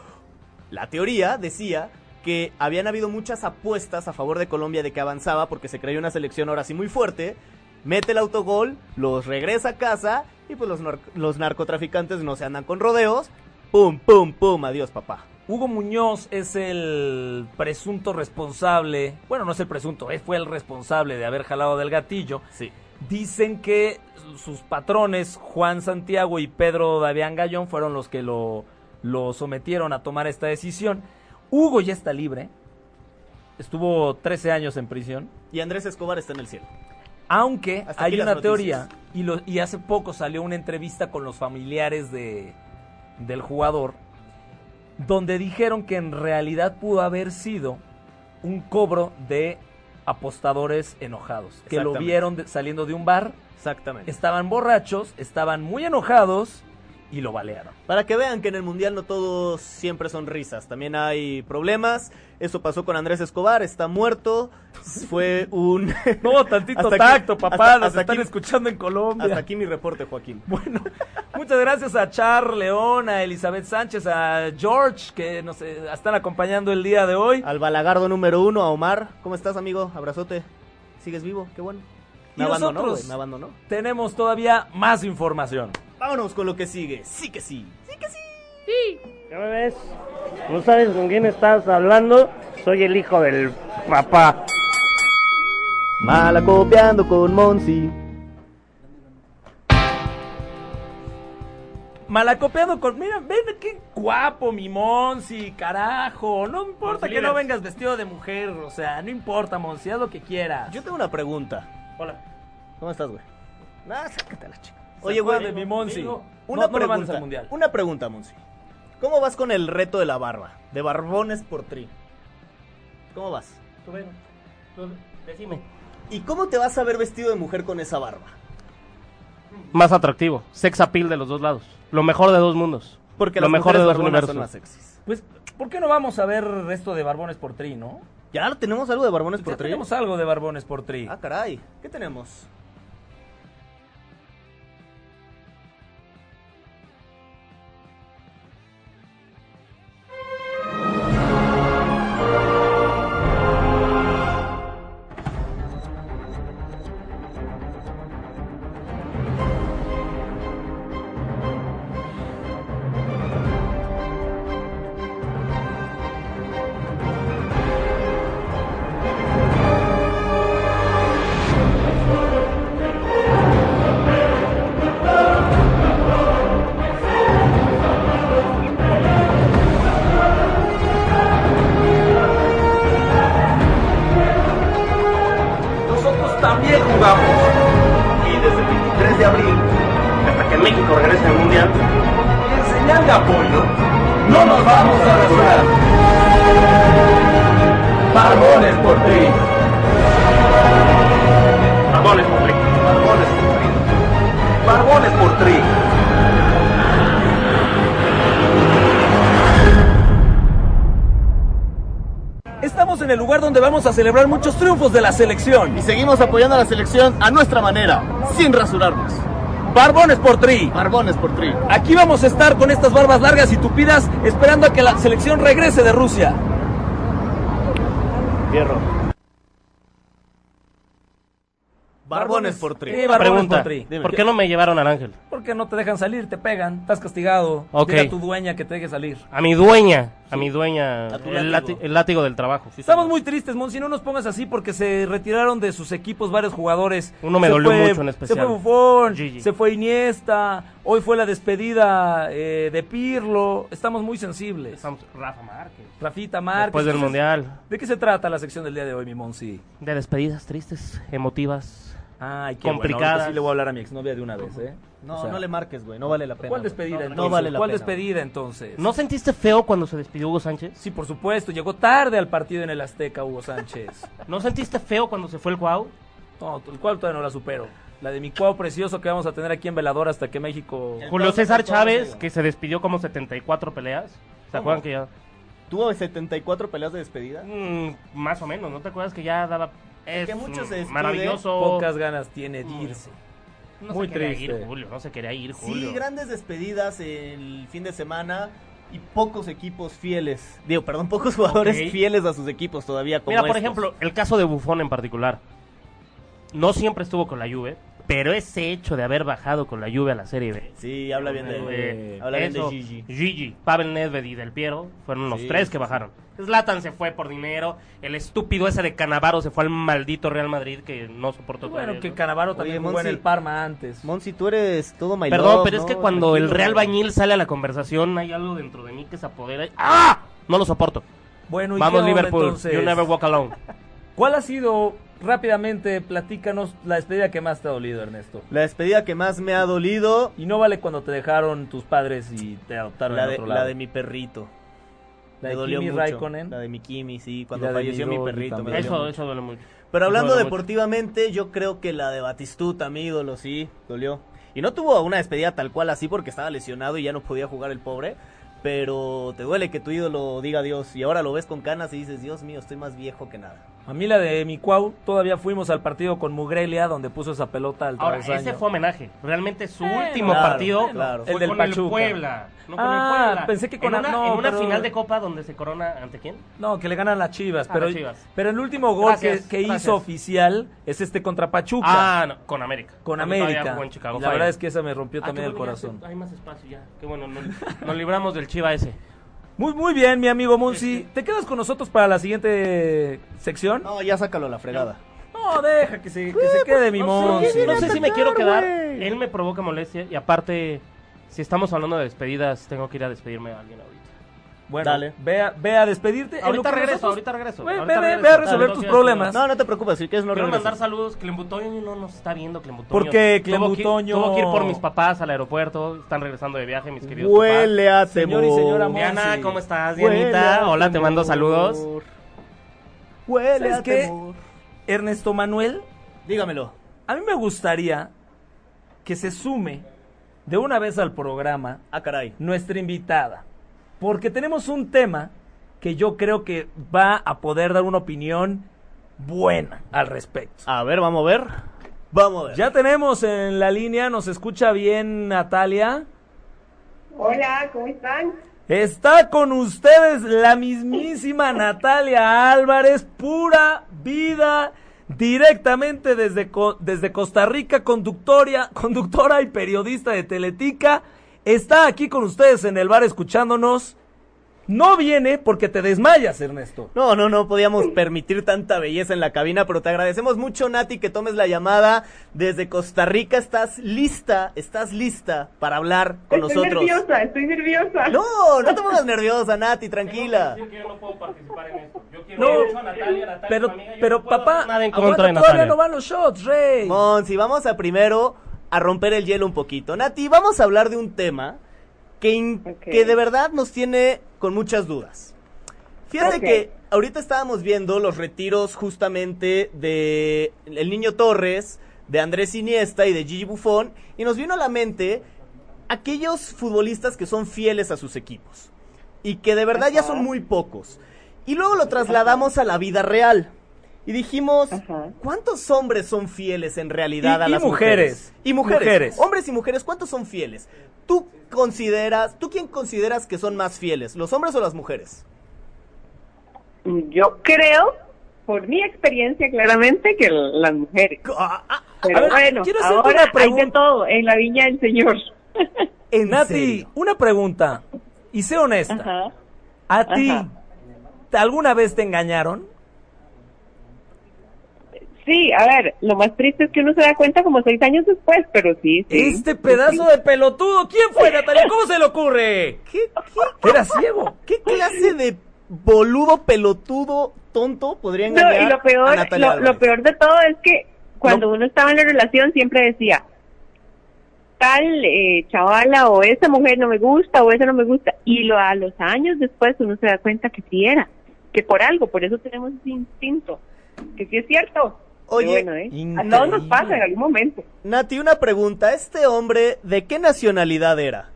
[SPEAKER 4] La teoría decía que habían habido muchas apuestas a favor de Colombia de que avanzaba porque se creía una selección ahora sí muy fuerte. Mete el autogol, los regresa a casa y pues los, nar- los narcotraficantes no se andan con rodeos. Pum, pum, pum, adiós papá.
[SPEAKER 3] Hugo Muñoz es el presunto responsable, bueno, no es el presunto, eh, fue el responsable de haber jalado del gatillo.
[SPEAKER 4] Sí.
[SPEAKER 3] Dicen que sus patrones, Juan Santiago y Pedro Davián Gallón, fueron los que lo, lo sometieron a tomar esta decisión. Hugo ya está libre, estuvo 13 años en prisión,
[SPEAKER 4] Y Andrés Escobar está en el cielo.
[SPEAKER 3] aunque
[SPEAKER 4] Hasta
[SPEAKER 3] hay
[SPEAKER 4] aquí las
[SPEAKER 3] una teoría,
[SPEAKER 4] noticias.
[SPEAKER 3] y, lo- y hace poco salió una entrevista con los familiares de, del jugador, donde dijeron que en realidad pudo haber sido un cobro de apostadores enojados, que lo
[SPEAKER 4] Exactamente.
[SPEAKER 3] vieron de- saliendo de un bar,
[SPEAKER 4] Exactamente.
[SPEAKER 3] estaban borrachos, estaban muy enojados y lo balearon.
[SPEAKER 4] Para que vean que en el mundial no todos siempre son risas, también hay problemas. Eso pasó con Andrés Escobar, está *laughs* muerto. Fue *laughs* un
[SPEAKER 3] No, tantito
[SPEAKER 4] Hasta aquí-
[SPEAKER 3] tacto, papá,
[SPEAKER 4] hasta-
[SPEAKER 3] nos
[SPEAKER 4] hasta
[SPEAKER 3] están
[SPEAKER 4] aquí-
[SPEAKER 3] escuchando en Colombia.
[SPEAKER 4] hasta aquí mi reporte, Joaquín.
[SPEAKER 3] Bueno, muchas gracias a Char León, a Elizabeth Sánchez, a George, que nos eh, están acompañando el día de hoy.
[SPEAKER 4] Al balagardo número uno, a Omar. ¿Cómo estás, amigo? Abrazote. ¿Sigues vivo? Qué bueno. Me
[SPEAKER 3] ¿Y
[SPEAKER 4] abandonó,
[SPEAKER 3] nosotros?
[SPEAKER 4] güey, me abandonó.
[SPEAKER 3] Tenemos todavía más información.
[SPEAKER 4] Vámonos con lo que sigue. Sí que sí. Sí que sí.
[SPEAKER 6] ¿Ya me ves? ¿No sabes con quién estás hablando? Soy el hijo del papá.
[SPEAKER 4] Malacopiando con Monsi.
[SPEAKER 3] Malacopeado con... Mira, ven, qué guapo mi Monsi, carajo. No importa que no vengas vestido de mujer, o sea, no importa, Monsi, haz lo que quieras.
[SPEAKER 4] Yo tengo una pregunta.
[SPEAKER 5] Hola.
[SPEAKER 4] ¿Cómo estás, güey? Ah, sácate la chica.
[SPEAKER 3] ¿Se
[SPEAKER 4] Oye,
[SPEAKER 3] acuerdan
[SPEAKER 4] güey.
[SPEAKER 3] de mi Monsi.
[SPEAKER 4] Una
[SPEAKER 3] No- no lo mandes
[SPEAKER 4] pregunta.
[SPEAKER 3] al mundial.
[SPEAKER 4] Una pregunta, Monsi. ¿Cómo vas con el reto de la barba? De barbones por tri. ¿Cómo vas?
[SPEAKER 5] Tú ven. Tú, decime.
[SPEAKER 4] ¿Y cómo te vas a ver vestido de mujer con esa barba?
[SPEAKER 5] Más atractivo. Sex appeal de los dos lados. Lo mejor de dos mundos.
[SPEAKER 4] Porque
[SPEAKER 5] lo
[SPEAKER 4] las
[SPEAKER 5] mejor de
[SPEAKER 4] mujeres
[SPEAKER 5] dos
[SPEAKER 4] barbonas son
[SPEAKER 5] universos.
[SPEAKER 4] más sexys.
[SPEAKER 3] Pues ¿Por qué no vamos a ver esto de Barbones por Tri, no?
[SPEAKER 4] ¿Ya tenemos algo de Barbones
[SPEAKER 3] Ya
[SPEAKER 4] por Tri?
[SPEAKER 3] tenemos algo de Barbones por Tri.
[SPEAKER 4] Ah, caray. ¿Qué tenemos?
[SPEAKER 2] Nosotros también jugamos. Y desde el 23 de abril, hasta que México regrese al Mundial, en señal de apoyo, no nos vamos a rasurar. Barbones por ti. Barbones por ti. Barbones por ti. Barbones por ti.
[SPEAKER 3] Estamos en el lugar donde vamos a celebrar muchos triunfos de la selección.
[SPEAKER 4] Y seguimos apoyando a la selección a nuestra manera, sin rasurarnos.
[SPEAKER 3] Barbones por Tri.
[SPEAKER 4] Barbones por Tri.
[SPEAKER 3] Aquí vamos a estar con estas barbas largas y tupidas esperando a que la selección regrese de Rusia.
[SPEAKER 4] Barbones por Tri.
[SPEAKER 3] Sí, Barbones Eh,
[SPEAKER 5] Pregunta,
[SPEAKER 3] por Tri.
[SPEAKER 5] ¿por qué no me llevaron al Ángel?
[SPEAKER 3] Porque no te dejan salir, te pegan, estás castigado.
[SPEAKER 5] Ok.
[SPEAKER 3] Dile a tu dueña que te deje salir.
[SPEAKER 5] A mi dueña, a mi dueña,
[SPEAKER 4] A tu
[SPEAKER 5] el,
[SPEAKER 4] látigo.
[SPEAKER 5] láti- el látigo del trabajo.
[SPEAKER 3] Estamos muy tristes, Monsi, no nos pongas así porque se retiraron de sus equipos varios jugadores.
[SPEAKER 5] Uno me
[SPEAKER 3] Se
[SPEAKER 5] dolió
[SPEAKER 3] fue-
[SPEAKER 5] mucho en especial.
[SPEAKER 3] Se fue Buffon,
[SPEAKER 5] Gigi.
[SPEAKER 3] se fue Iniesta, hoy fue la despedida eh, de Pirlo. Estamos muy sensibles.
[SPEAKER 5] Estamos- Rafa Márquez.
[SPEAKER 3] Rafita Márquez.
[SPEAKER 5] Después del
[SPEAKER 3] Entonces,
[SPEAKER 5] Mundial.
[SPEAKER 3] ¿De qué se trata la sección del día de hoy, mi Monsi?
[SPEAKER 5] De despedidas tristes, emotivas.
[SPEAKER 3] Ay, qué
[SPEAKER 5] Complicadas.
[SPEAKER 3] bueno, ahorita sí le voy a hablar a mi exnovia de una vez, ¿eh?
[SPEAKER 4] No,
[SPEAKER 3] O sea,
[SPEAKER 4] no le marques, güey. No vale la pena.
[SPEAKER 3] ¿Cuál
[SPEAKER 4] güey.
[SPEAKER 3] despedida
[SPEAKER 4] No,
[SPEAKER 3] entonces?
[SPEAKER 4] No vale la
[SPEAKER 3] ¿Cuál
[SPEAKER 4] pena.
[SPEAKER 3] despedida entonces?
[SPEAKER 5] ¿No sentiste feo cuando se despidió Hugo Sánchez?
[SPEAKER 3] Sí, por supuesto, llegó tarde al partido en el Azteca Hugo Sánchez.
[SPEAKER 5] ¿No sentiste feo cuando se fue el Guau?
[SPEAKER 3] No, el cual todavía no la supero. La de mi cuau precioso que vamos a tener aquí en Velador hasta que México...
[SPEAKER 5] Julio
[SPEAKER 4] Entonces,
[SPEAKER 5] César
[SPEAKER 4] entonces,
[SPEAKER 5] Chávez,
[SPEAKER 4] digo.
[SPEAKER 5] que se despidió como 74 peleas. ¿Se acuerdan que ya?
[SPEAKER 4] ¿Tuvo 74 peleas de despedida?
[SPEAKER 5] Mm, más o menos, ¿no te acuerdas que ya daba. Es
[SPEAKER 4] que mucho
[SPEAKER 5] mm,
[SPEAKER 4] se despide,
[SPEAKER 5] maravilloso.
[SPEAKER 3] ¿eh? Pocas ganas tiene de irse.
[SPEAKER 5] no
[SPEAKER 3] muy
[SPEAKER 5] se quería
[SPEAKER 3] triste.
[SPEAKER 5] ir, Julio. No se quería ir, Julio.
[SPEAKER 4] Sí, grandes despedidas el fin de semana y pocos equipos fieles. Digo, perdón, pocos jugadores
[SPEAKER 5] Ok.
[SPEAKER 4] fieles a sus equipos todavía. Como
[SPEAKER 5] Mira, por
[SPEAKER 4] estos.
[SPEAKER 5] ejemplo, el caso de Bufón en particular. No siempre estuvo con la Juve, pero ese hecho de haber bajado con la Juve a la Serie B.
[SPEAKER 4] Sí, habla bien de,
[SPEAKER 5] Eh,
[SPEAKER 4] habla bien de
[SPEAKER 5] eso,
[SPEAKER 4] Gigi.
[SPEAKER 5] Pavel Nedved y Del Piero fueron los
[SPEAKER 4] Sí,
[SPEAKER 5] tres
[SPEAKER 4] sí,
[SPEAKER 5] que bajaron. Zlatan se fue por dinero, el estúpido ese de Canavaro se fue al maldito Real Madrid que no soportó
[SPEAKER 3] Bueno,
[SPEAKER 5] todavía
[SPEAKER 3] que
[SPEAKER 5] eso.
[SPEAKER 3] Canavaro también
[SPEAKER 4] Oye,
[SPEAKER 3] jugó en
[SPEAKER 4] Monsi.
[SPEAKER 3] el Parma antes.
[SPEAKER 4] Monsi, tú eres todo my
[SPEAKER 5] Perdón,
[SPEAKER 4] love,
[SPEAKER 5] pero es
[SPEAKER 4] ¿no?
[SPEAKER 5] que cuando el
[SPEAKER 4] Tranquilo.
[SPEAKER 5] Real Bañil sale a la conversación hay algo dentro de mí que se apodera. y- ¡Ah! No lo soporto.
[SPEAKER 3] Bueno, ¿y
[SPEAKER 5] Vamos
[SPEAKER 3] qué onda,
[SPEAKER 5] Liverpool,
[SPEAKER 3] entonces?
[SPEAKER 5] you never walk alone.
[SPEAKER 3] ¿Cuál ha sido, rápidamente, platícanos, la despedida que más te ha dolido, Ernesto?
[SPEAKER 4] La despedida que más me ha dolido,
[SPEAKER 3] Y no vale cuando te dejaron tus padres y te adoptaron
[SPEAKER 4] la
[SPEAKER 3] en
[SPEAKER 4] de,
[SPEAKER 3] otro
[SPEAKER 4] la
[SPEAKER 3] lado.
[SPEAKER 4] de mi perrito.
[SPEAKER 3] La
[SPEAKER 4] me
[SPEAKER 3] de
[SPEAKER 4] dolió
[SPEAKER 3] Kimi
[SPEAKER 4] mucho.
[SPEAKER 3] Raikkonen.
[SPEAKER 4] La de mi Kimi, sí, cuando
[SPEAKER 3] la de
[SPEAKER 4] falleció mi
[SPEAKER 3] Midori
[SPEAKER 4] perrito.
[SPEAKER 3] también.
[SPEAKER 4] me dolió
[SPEAKER 5] Eso,
[SPEAKER 4] mucho.
[SPEAKER 5] eso duele mucho.
[SPEAKER 4] Pero hablando
[SPEAKER 5] Duele mucho.
[SPEAKER 4] deportivamente, yo creo que la de Batistuta, mi ídolo, sí, dolió. Y no tuvo una despedida tal cual así porque estaba lesionado y ya no podía jugar el pobre. Pero te duele que tu ídolo diga Dios. Y ahora lo ves con canas y dices, Dios mío, estoy más viejo que nada.
[SPEAKER 3] A mí la de mi cuau, todavía fuimos al partido con Mugrelia, donde puso esa pelota al
[SPEAKER 5] Ahora,
[SPEAKER 3] travesaño.
[SPEAKER 5] ese fue homenaje. Realmente su
[SPEAKER 3] Bueno,
[SPEAKER 5] último
[SPEAKER 4] claro,
[SPEAKER 5] partido
[SPEAKER 4] claro.
[SPEAKER 5] fue
[SPEAKER 3] El del
[SPEAKER 5] con el
[SPEAKER 3] Pachuca.
[SPEAKER 5] Puebla. No con
[SPEAKER 3] Ah,
[SPEAKER 5] el Puebla.
[SPEAKER 3] pensé que con
[SPEAKER 5] en
[SPEAKER 3] la-
[SPEAKER 5] una,
[SPEAKER 3] no,
[SPEAKER 5] en una
[SPEAKER 3] pero-
[SPEAKER 5] final de Copa donde se corona ante quién?
[SPEAKER 3] No, que le ganan las Chivas,
[SPEAKER 5] Ah,
[SPEAKER 3] pero,
[SPEAKER 5] las Chivas.
[SPEAKER 3] pero el último gol
[SPEAKER 5] Gracias,
[SPEAKER 3] que, que
[SPEAKER 5] gracias.
[SPEAKER 3] hizo oficial es este contra Pachuca,
[SPEAKER 5] Ah, no, con América.
[SPEAKER 3] con
[SPEAKER 5] Porque todavía
[SPEAKER 3] América.
[SPEAKER 5] jugó en Chicago
[SPEAKER 3] Y la
[SPEAKER 5] Fire.
[SPEAKER 3] verdad es que esa me rompió
[SPEAKER 5] Ah, qué
[SPEAKER 3] también el
[SPEAKER 5] bueno, ya se-
[SPEAKER 3] corazón.
[SPEAKER 5] Hay más espacio ya. Qué bueno, *laughs* no- nos libramos del Chiva ese.
[SPEAKER 3] Muy, muy bien, mi amigo Munsi. ¿Te quedas con nosotros para la siguiente sección?
[SPEAKER 4] No, ya sácalo a la fregada.
[SPEAKER 3] No, deja que se, que se quede mi
[SPEAKER 5] pues, No
[SPEAKER 3] Monsi.
[SPEAKER 5] sé, no sé si me quiero quedar. Él me provoca molestia. Y aparte, si estamos hablando de despedidas, tengo que ir a despedirme de alguien ahorita.
[SPEAKER 3] Bueno,
[SPEAKER 4] Dale.
[SPEAKER 3] Ve, a, ve a despedirte. En lo
[SPEAKER 5] Ahorita
[SPEAKER 3] que
[SPEAKER 5] regreso,
[SPEAKER 3] nosotros-
[SPEAKER 5] ahorita regreso.
[SPEAKER 3] Ve, ve-
[SPEAKER 5] Ahorita
[SPEAKER 3] ve
[SPEAKER 5] regreso.
[SPEAKER 3] a resolver
[SPEAKER 5] Dale,
[SPEAKER 3] tus
[SPEAKER 5] no,
[SPEAKER 3] problemas.
[SPEAKER 4] No, no te preocupes, si quieres no
[SPEAKER 5] Quiero
[SPEAKER 4] regresas.
[SPEAKER 5] mandar saludos. Clembutoño no nos está viendo, Clembutoño.
[SPEAKER 3] ¿Por qué,
[SPEAKER 5] Tengo que-
[SPEAKER 3] Clembutoño?
[SPEAKER 5] Tengo que ir por mis papás al aeropuerto. Están regresando de viaje, mis queridos
[SPEAKER 4] Huele a temor.
[SPEAKER 3] Señor y señora
[SPEAKER 5] papás.
[SPEAKER 3] Monsi.
[SPEAKER 5] Diana, ¿cómo estás,
[SPEAKER 4] Huele
[SPEAKER 5] Dianita?
[SPEAKER 4] a
[SPEAKER 5] Hola, te mando
[SPEAKER 4] temor.
[SPEAKER 5] saludos.
[SPEAKER 4] Huele
[SPEAKER 3] ¿Sabes
[SPEAKER 4] a
[SPEAKER 3] qué?
[SPEAKER 4] temor.
[SPEAKER 3] Ernesto Manuel,
[SPEAKER 4] Dígamelo.
[SPEAKER 3] a mí me gustaría que se sume de una vez al programa
[SPEAKER 4] Ah, caray.
[SPEAKER 3] nuestra invitada. Porque tenemos un tema que yo creo que va a poder dar una opinión buena al respecto.
[SPEAKER 4] A ver, vamos a ver. Vamos a ver.
[SPEAKER 3] Ya tenemos en la línea, nos escucha bien Natalia.
[SPEAKER 7] Hola, ¿cómo están?
[SPEAKER 3] Está con ustedes la mismísima Natalia Álvarez, pura vida, directamente desde, Co- desde Costa Rica, conductoria, conductora y periodista de Teletica. Está aquí con ustedes en el bar escuchándonos. No viene porque te desmayas, Ernesto.
[SPEAKER 4] No, no, no podíamos permitir tanta belleza en la cabina, pero te agradecemos mucho, Nati, que tomes la llamada desde Costa Rica. Estás lista, estás lista para hablar con
[SPEAKER 7] estoy
[SPEAKER 4] nosotros.
[SPEAKER 7] nerviosa, estoy nerviosa.
[SPEAKER 4] No, no te pongas nerviosa, Nati, tranquila.
[SPEAKER 5] que yo no puedo participar en esto. Yo quiero
[SPEAKER 3] No,
[SPEAKER 5] mucho a Natalia, Natalia
[SPEAKER 3] pero,
[SPEAKER 5] es mi amiga, yo
[SPEAKER 3] pero
[SPEAKER 5] no puedo
[SPEAKER 3] papá,
[SPEAKER 5] hacer nada en
[SPEAKER 3] aguanta,
[SPEAKER 5] contra de
[SPEAKER 3] todavía
[SPEAKER 5] Natalia.
[SPEAKER 3] no van los shots, Rey.
[SPEAKER 4] Monsi, vamos a primero a romper el hielo un poquito. Nati, vamos a hablar de un tema que, in-
[SPEAKER 7] Ok.
[SPEAKER 4] que de verdad nos tiene con muchas dudas. Fíjate
[SPEAKER 7] Ok.
[SPEAKER 4] que ahorita estábamos viendo los retiros justamente de el niño Torres, de Andrés Iniesta y de Gigi Buffon y nos vino a la mente aquellos futbolistas que son fieles a sus equipos y que de verdad ya son muy pocos. Y luego lo trasladamos a la vida real. Y dijimos,
[SPEAKER 7] Ajá.
[SPEAKER 4] ¿cuántos hombres son fieles en realidad
[SPEAKER 3] Y-
[SPEAKER 4] a
[SPEAKER 3] y
[SPEAKER 4] las
[SPEAKER 3] mujeres.
[SPEAKER 4] mujeres? Y mujeres.
[SPEAKER 3] Mujeres.
[SPEAKER 4] Hombres y mujeres, ¿cuántos son fieles? ¿Tú consideras, tú quién consideras que son más fieles, los hombres o las mujeres?
[SPEAKER 7] Yo creo, por mi experiencia claramente, que l- las mujeres.
[SPEAKER 4] Ah, ah,
[SPEAKER 7] Pero
[SPEAKER 3] A ver,
[SPEAKER 7] bueno,
[SPEAKER 3] quiero hacerte una
[SPEAKER 7] ahora hay de
[SPEAKER 3] pregunta.
[SPEAKER 7] todo en la viña del señor.
[SPEAKER 4] ¿en
[SPEAKER 3] Nati,
[SPEAKER 4] serio?
[SPEAKER 3] una pregunta. Y sé honesta.
[SPEAKER 7] Ajá.
[SPEAKER 3] ¿A ti
[SPEAKER 7] Ajá.
[SPEAKER 3] ¿te- alguna vez te engañaron?
[SPEAKER 7] Sí, a ver, lo más triste es que uno se da cuenta como seis años después, pero sí, sí.
[SPEAKER 3] Este pedazo de pelotudo, ¿quién fue, Natalia? ¿Cómo se le ocurre?
[SPEAKER 4] ¿Qué,
[SPEAKER 3] Que Era ciego.
[SPEAKER 4] *laughs* qué, qué clase de boludo, pelotudo, tonto podría
[SPEAKER 7] No,
[SPEAKER 4] engañar
[SPEAKER 7] y lo
[SPEAKER 4] a
[SPEAKER 7] peor,
[SPEAKER 4] Natalia
[SPEAKER 7] lo, lo
[SPEAKER 4] Álvarez?
[SPEAKER 7] peor de todo es que cuando uno estaba en la relación siempre decía, tal eh, chavala o esa mujer no me gusta o esa no me gusta. Y lo, a los años después uno se da cuenta que sí era, que por algo, por eso tenemos ese instinto, que sí es cierto.
[SPEAKER 4] Oye,
[SPEAKER 7] Pero bueno, ¿eh? a todos nos
[SPEAKER 3] increíble.
[SPEAKER 7] pasa en algún momento.
[SPEAKER 4] Nati, una pregunta. ¿Este hombre de qué nacionalidad era?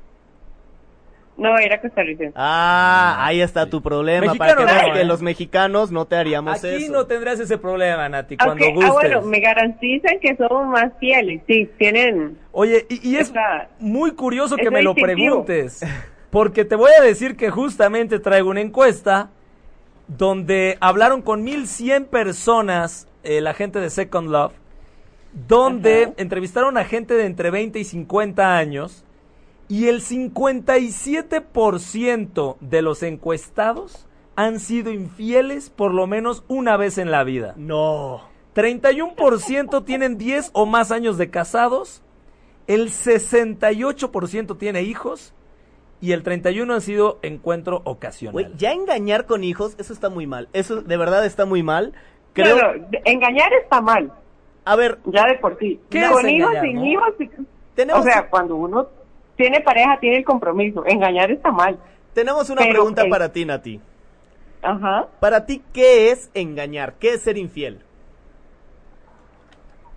[SPEAKER 7] No, era costarricense.
[SPEAKER 4] Ah, ahí está tu problema.
[SPEAKER 3] Mexicano
[SPEAKER 4] para que veas
[SPEAKER 3] no,
[SPEAKER 4] que
[SPEAKER 3] ¿eh?
[SPEAKER 4] los mexicanos no te haríamos
[SPEAKER 3] Aquí
[SPEAKER 4] eso.
[SPEAKER 3] no tendrás ese problema, Nati, cuando
[SPEAKER 7] Aunque, ah,
[SPEAKER 3] gustes.
[SPEAKER 7] bueno, me garantizan que somos más fieles, sí, tienen...
[SPEAKER 3] Oye, y, y es
[SPEAKER 7] Está-
[SPEAKER 3] muy curioso que
[SPEAKER 7] es
[SPEAKER 3] me lo
[SPEAKER 7] instintivo. *laughs*
[SPEAKER 3] preguntes, porque te voy a decir que justamente traigo una encuesta donde hablaron con 1100 personas, eh, la gente de Second Love, donde
[SPEAKER 7] Ajá.
[SPEAKER 3] entrevistaron a gente de entre 20 y 50 años, y el 57% de los encuestados han sido infieles por lo menos una vez en la vida.
[SPEAKER 4] No.
[SPEAKER 3] 31% tienen 10 o más años de casados, el 68% tiene hijos y el 31 han sido encuentro
[SPEAKER 4] Güey,
[SPEAKER 3] ocasional.
[SPEAKER 4] ya engañar con hijos, eso está muy mal. Eso de verdad está muy mal. Creo.
[SPEAKER 7] Creo... engañar está mal,
[SPEAKER 4] A ver,
[SPEAKER 7] ya de por sí.
[SPEAKER 3] ¿Qué
[SPEAKER 7] Con
[SPEAKER 3] es
[SPEAKER 7] hijos,
[SPEAKER 3] engañar,
[SPEAKER 7] sin
[SPEAKER 3] no?
[SPEAKER 7] hijos, sin-
[SPEAKER 4] tenemos,
[SPEAKER 7] O sea, cuando uno tiene pareja, tiene el compromiso. Engañar está mal.
[SPEAKER 4] tenemos una
[SPEAKER 7] pero,
[SPEAKER 4] pregunta
[SPEAKER 7] eh,
[SPEAKER 4] para ti, Nati.
[SPEAKER 7] Ajá.
[SPEAKER 4] Para ti, ¿qué es engañar? ¿Qué es ser infiel?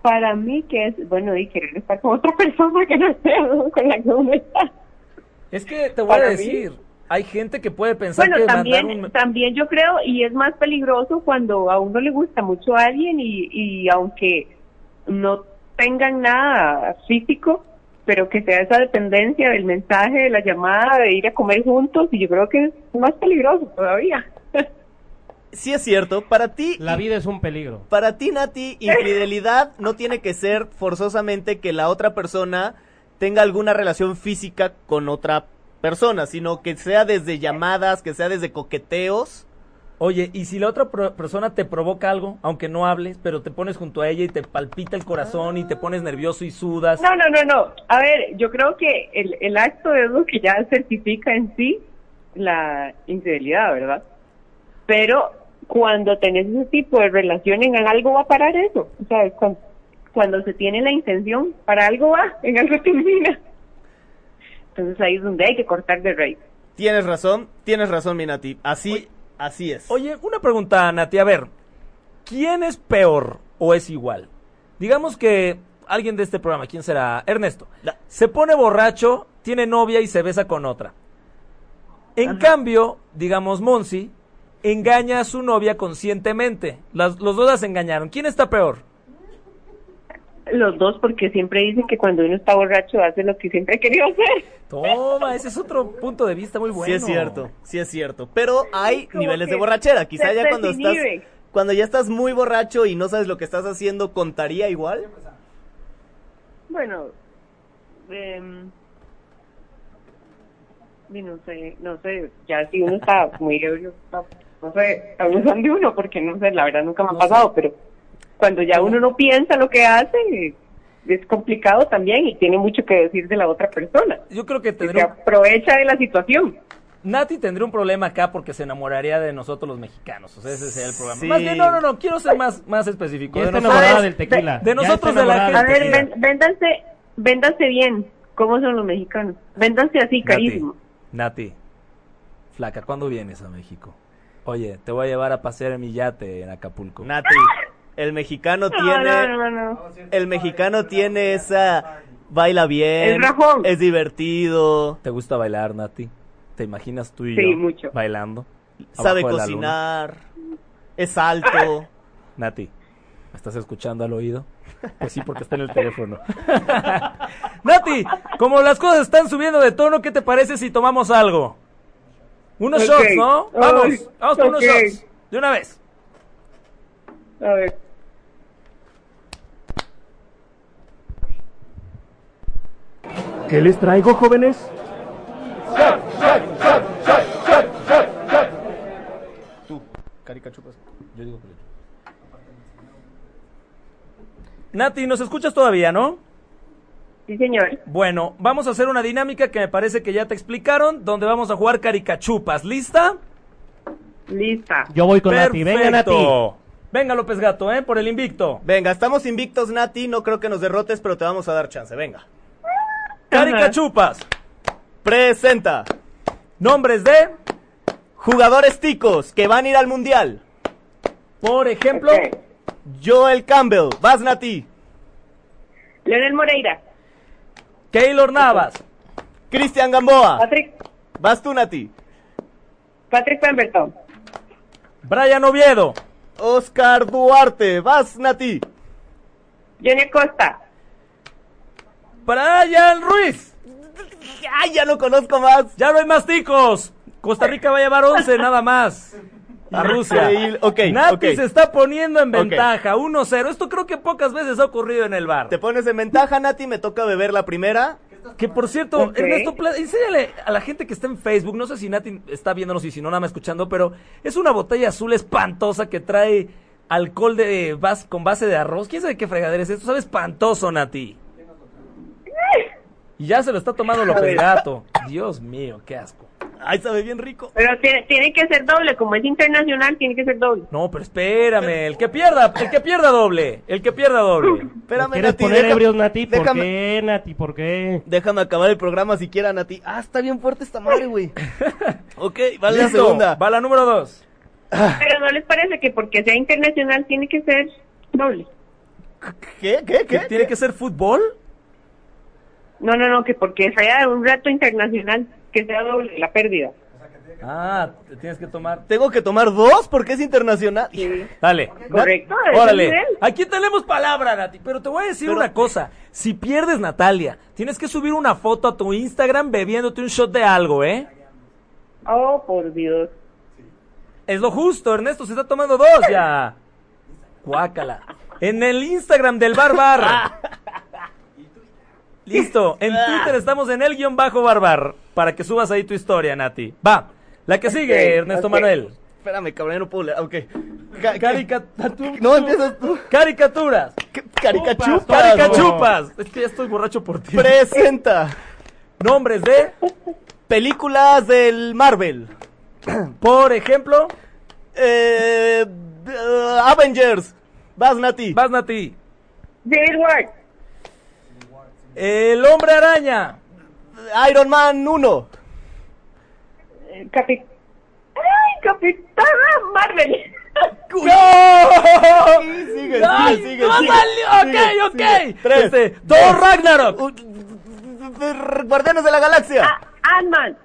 [SPEAKER 7] Para mí, que es, bueno, y querer estar con otra *laughs* persona que no sea con la que uno está.
[SPEAKER 3] Es que te voy a
[SPEAKER 7] Para mí-
[SPEAKER 3] decir, hay gente que puede pensar
[SPEAKER 7] Bueno,
[SPEAKER 3] que
[SPEAKER 7] también,
[SPEAKER 3] mandar un...
[SPEAKER 7] también yo creo, y es más peligroso cuando a uno le gusta mucho a alguien y, y aunque no tengan nada físico, pero que sea esa dependencia del mensaje, de la llamada, de ir a comer juntos, y yo creo que es más peligroso todavía.
[SPEAKER 4] Sí es cierto, para ti,
[SPEAKER 5] La vida es un peligro.
[SPEAKER 4] para ti, Nati, infidelidad no tiene que ser forzosamente que la otra persona tenga alguna relación física con otra persona, sino que sea desde llamadas, que sea desde coqueteos.
[SPEAKER 3] Oye, ¿y si la otra pro- persona te provoca algo, aunque no hables, pero te pones junto a ella y te palpita el corazón y te pones nervioso y sudas?
[SPEAKER 7] No, no, no, no. A ver, yo creo que el, el acto es lo que ya certifica en sí la infidelidad, ¿verdad? Pero cuando tenés ese tipo de relación, en algo va a parar eso. O sea, cuando, cuando se tiene la intención, para algo va, en algo *laughs* termina. Entonces ahí es donde hay que cortar de raíz.
[SPEAKER 4] Tienes razón, tienes razón, mi Nati. Así,
[SPEAKER 3] Oye-
[SPEAKER 4] así es.
[SPEAKER 3] Oye, una pregunta, Nati. A ver, ¿quién es peor o es igual? Digamos que alguien de este programa, ¿quién será? Ernesto.
[SPEAKER 4] La-
[SPEAKER 3] Se pone borracho, tiene novia y se besa con otra. En cambio, digamos, Monsi engaña a su novia conscientemente. Las- los dos las engañaron. ¿Quién está peor?
[SPEAKER 7] Los dos, porque siempre dicen que cuando uno está borracho hace lo que siempre ha querido hacer.
[SPEAKER 3] Toma, ese es otro punto de vista muy bueno.
[SPEAKER 4] Sí es cierto, sí es cierto. Pero hay
[SPEAKER 7] Como
[SPEAKER 4] niveles de
[SPEAKER 7] que
[SPEAKER 4] borrachera. Quizá
[SPEAKER 7] se
[SPEAKER 4] ya cuando estás,
[SPEAKER 7] desinhibe.
[SPEAKER 4] cuando ya estás muy borracho y no sabes lo que estás haciendo, ¿contaría
[SPEAKER 7] *laughs*
[SPEAKER 4] igual?
[SPEAKER 7] Bueno, em, y no sé, no sé, ya si uno está muy ebrio, no, no sé, abusan de uno, porque no sé, la verdad nunca me ha pasado, pero cuando ya uno no piensa lo que hace, es complicado también y tiene mucho que decir de la otra persona.
[SPEAKER 3] Yo creo que
[SPEAKER 7] que se
[SPEAKER 3] tendría un-
[SPEAKER 7] aprovecha de la situación.
[SPEAKER 3] Nati tendría un problema acá porque se enamoraría de nosotros los mexicanos. O sea, ese sería el problema.
[SPEAKER 4] Sí.
[SPEAKER 3] Más bien, no, no, no, quiero ser más, más específico.
[SPEAKER 5] Ya
[SPEAKER 3] De
[SPEAKER 5] está
[SPEAKER 3] nosotros-
[SPEAKER 5] enamorada del
[SPEAKER 7] ¿sabes?
[SPEAKER 3] de-
[SPEAKER 5] tequila.
[SPEAKER 3] de
[SPEAKER 5] Ya está
[SPEAKER 3] nosotros de la
[SPEAKER 5] enamorada
[SPEAKER 3] gente.
[SPEAKER 7] A
[SPEAKER 5] del
[SPEAKER 7] ver,
[SPEAKER 5] tequila.
[SPEAKER 7] ven- véndanse, véndanse bien. ¿Cómo son los mexicanos? Véndanse así, carísimo.
[SPEAKER 3] Nati, Nati, flaca, ¿cuándo vienes a México? Oye, te voy a llevar a pasear en mi yate en Acapulco.
[SPEAKER 4] Nati, el mexicano
[SPEAKER 7] No,
[SPEAKER 4] tiene...
[SPEAKER 7] no, no, no.
[SPEAKER 4] El mexicano tiene esa... Baila bien.
[SPEAKER 7] Es rajón.
[SPEAKER 4] Es divertido.
[SPEAKER 3] ¿Te gusta bailar, Nati? ¿Te imaginas tú y
[SPEAKER 7] Sí,
[SPEAKER 3] yo
[SPEAKER 7] mucho.
[SPEAKER 3] bailando?
[SPEAKER 4] Sabe
[SPEAKER 3] abajo de la luna?
[SPEAKER 4] cocinar. Es alto.
[SPEAKER 3] Nati, ¿me estás escuchando al oído? Pues sí, porque
[SPEAKER 7] *laughs*
[SPEAKER 3] está en el teléfono. *laughs* Nati, como las cosas están subiendo de tono, ¿qué te parece si tomamos algo? Unos
[SPEAKER 7] Ok.
[SPEAKER 3] shots, ¿no? Vamos,
[SPEAKER 7] Ay,
[SPEAKER 3] vamos con
[SPEAKER 7] ok.
[SPEAKER 3] unos shots. De una vez.
[SPEAKER 7] A ver.
[SPEAKER 2] ¿Qué les traigo, jóvenes?
[SPEAKER 3] Nati, ¿nos escuchas todavía, no?
[SPEAKER 7] Sí, señor.
[SPEAKER 3] Bueno, vamos a hacer una dinámica que me parece que ya te explicaron, donde vamos a jugar caricachupas. ¿Lista?
[SPEAKER 7] Lista.
[SPEAKER 5] Yo voy con Nati. Venga, Nati.
[SPEAKER 3] Perfecto. Venga, López Gato, ¿eh? Por el invicto.
[SPEAKER 4] Venga, estamos invictos, Nati. No creo que nos derrotes, pero te vamos a dar chance. Venga.
[SPEAKER 3] Caricachupas.
[SPEAKER 4] Presenta.
[SPEAKER 3] Nombres de,
[SPEAKER 4] Jugadores ticos que van a ir al mundial.
[SPEAKER 3] por ejemplo,
[SPEAKER 7] Ok.
[SPEAKER 4] Joel Campbell. Vas, Nati.
[SPEAKER 7] Leonel Moreira.
[SPEAKER 3] Keylor Navas.
[SPEAKER 4] Cristian Gamboa.
[SPEAKER 7] Patrick,
[SPEAKER 4] Vas tú, Nati.
[SPEAKER 7] Patrick Pemberton.
[SPEAKER 3] Brian Oviedo.
[SPEAKER 4] Oscar Duarte. Vas, Nati.
[SPEAKER 7] Johnny Acosta.
[SPEAKER 3] Brian Ruiz.
[SPEAKER 4] Ay, ya no conozco más.
[SPEAKER 3] Ya no hay más ticos. Costa Rica va a llevar 11 nada más. A Rusia.
[SPEAKER 4] Increíble. Ok,
[SPEAKER 3] Nati
[SPEAKER 4] ok.
[SPEAKER 3] se está poniendo en ventaja. 1-0. Esto creo que pocas veces ha ocurrido en el bar.
[SPEAKER 4] Te pones en ventaja, Nati. Me toca beber la primera.
[SPEAKER 3] Que por cierto,
[SPEAKER 7] Ok.
[SPEAKER 3] Ernesto Plata, enséñale a la gente que está en Facebook, no sé si Nati está viéndonos y si no nada más escuchando, pero es una botella azul espantosa que trae alcohol de bas- con base de arroz. ¿Quién sabe qué fregadera es esto? Sabe espantoso, Nati. Y ya se lo está tomando López Gato. Dios mío, qué asco.
[SPEAKER 4] Ay, sabe bien rico.
[SPEAKER 7] Pero tiene, tiene que ser doble, como es internacional, tiene que ser doble.
[SPEAKER 3] No, pero espérame, el que pierda, el que pierda doble, el que pierda doble.
[SPEAKER 5] ¿Nos
[SPEAKER 4] Espérame,
[SPEAKER 5] ¿Quieres
[SPEAKER 4] Nati.
[SPEAKER 5] poner
[SPEAKER 4] deja-
[SPEAKER 5] ebrios, Nati? ¿Por
[SPEAKER 4] déjame-
[SPEAKER 5] qué, Nati? ¿Por qué?
[SPEAKER 4] Déjame acabar el programa siquiera, Nati. Ah, está bien fuerte esta madre,
[SPEAKER 5] *laughs*
[SPEAKER 4] güey. ok, vale la
[SPEAKER 3] Listo,
[SPEAKER 4] segunda.
[SPEAKER 3] Va la número dos.
[SPEAKER 4] Ah.
[SPEAKER 7] Pero no les parece que porque sea internacional tiene que ser doble.
[SPEAKER 4] ¿Qué? ¿Qué?
[SPEAKER 3] ¿Que
[SPEAKER 4] ¿Qué?
[SPEAKER 3] ¿Tiene
[SPEAKER 4] ¿Qué?
[SPEAKER 3] que ser fútbol?
[SPEAKER 7] No, no, no, que porque sea un reto internacional, que sea doble la pérdida.
[SPEAKER 3] Ah, te tienes que tomar.
[SPEAKER 4] ¿Tengo que tomar dos porque es internacional?
[SPEAKER 3] Dale.
[SPEAKER 7] Correcto,
[SPEAKER 3] Na-
[SPEAKER 7] ese
[SPEAKER 3] Órale.
[SPEAKER 7] nivel.
[SPEAKER 3] Aquí tenemos palabra, Nati. Pero te voy a decir una cosa. Si pierdes, Natalia, tienes que subir una foto a tu Instagram bebiéndote un shot de algo, ¿eh?
[SPEAKER 7] Oh, por Dios.
[SPEAKER 3] Es lo justo, Ernesto se está tomando dos ya. Guácala. En el Instagram del Bar Bar. Listo. En Twitter estamos en el guión bajo Bar Bar. Para que subas ahí tu historia, Nati. Va. La que sigue,
[SPEAKER 7] Ok,
[SPEAKER 3] Ernesto
[SPEAKER 7] ok.
[SPEAKER 3] Manuel.
[SPEAKER 4] Espérame, cabrón, no puedo leer. Ok. Ca-
[SPEAKER 3] Carica-
[SPEAKER 4] No, empiezas tú.
[SPEAKER 3] Caricaturas.
[SPEAKER 4] Ca- Caricachupas.
[SPEAKER 3] Caricachupas. Es que ya estoy borracho por ti.
[SPEAKER 4] Presenta.
[SPEAKER 3] Nombres de,
[SPEAKER 4] Películas del Marvel.
[SPEAKER 3] por ejemplo,
[SPEAKER 4] Eh, eh, Avengers. Vas, Nati.
[SPEAKER 3] vas Nati,
[SPEAKER 7] David Ward.
[SPEAKER 3] El Hombre Araña,
[SPEAKER 4] Iron Man 1.
[SPEAKER 7] eh, Capi... ¡Ay, Capitana Marvel! *laughs*
[SPEAKER 4] ¡No! Sí, sigue,
[SPEAKER 3] ¡Ay,
[SPEAKER 4] sigue, sigue,
[SPEAKER 3] no
[SPEAKER 4] sigue,
[SPEAKER 3] salió!
[SPEAKER 4] sigue,
[SPEAKER 3] ok,
[SPEAKER 4] sigue.
[SPEAKER 3] ok.
[SPEAKER 4] Tres.
[SPEAKER 3] Este, Thor Ragnarok,
[SPEAKER 4] Uh, Guardianes de la Galaxia.
[SPEAKER 7] Ant-Man.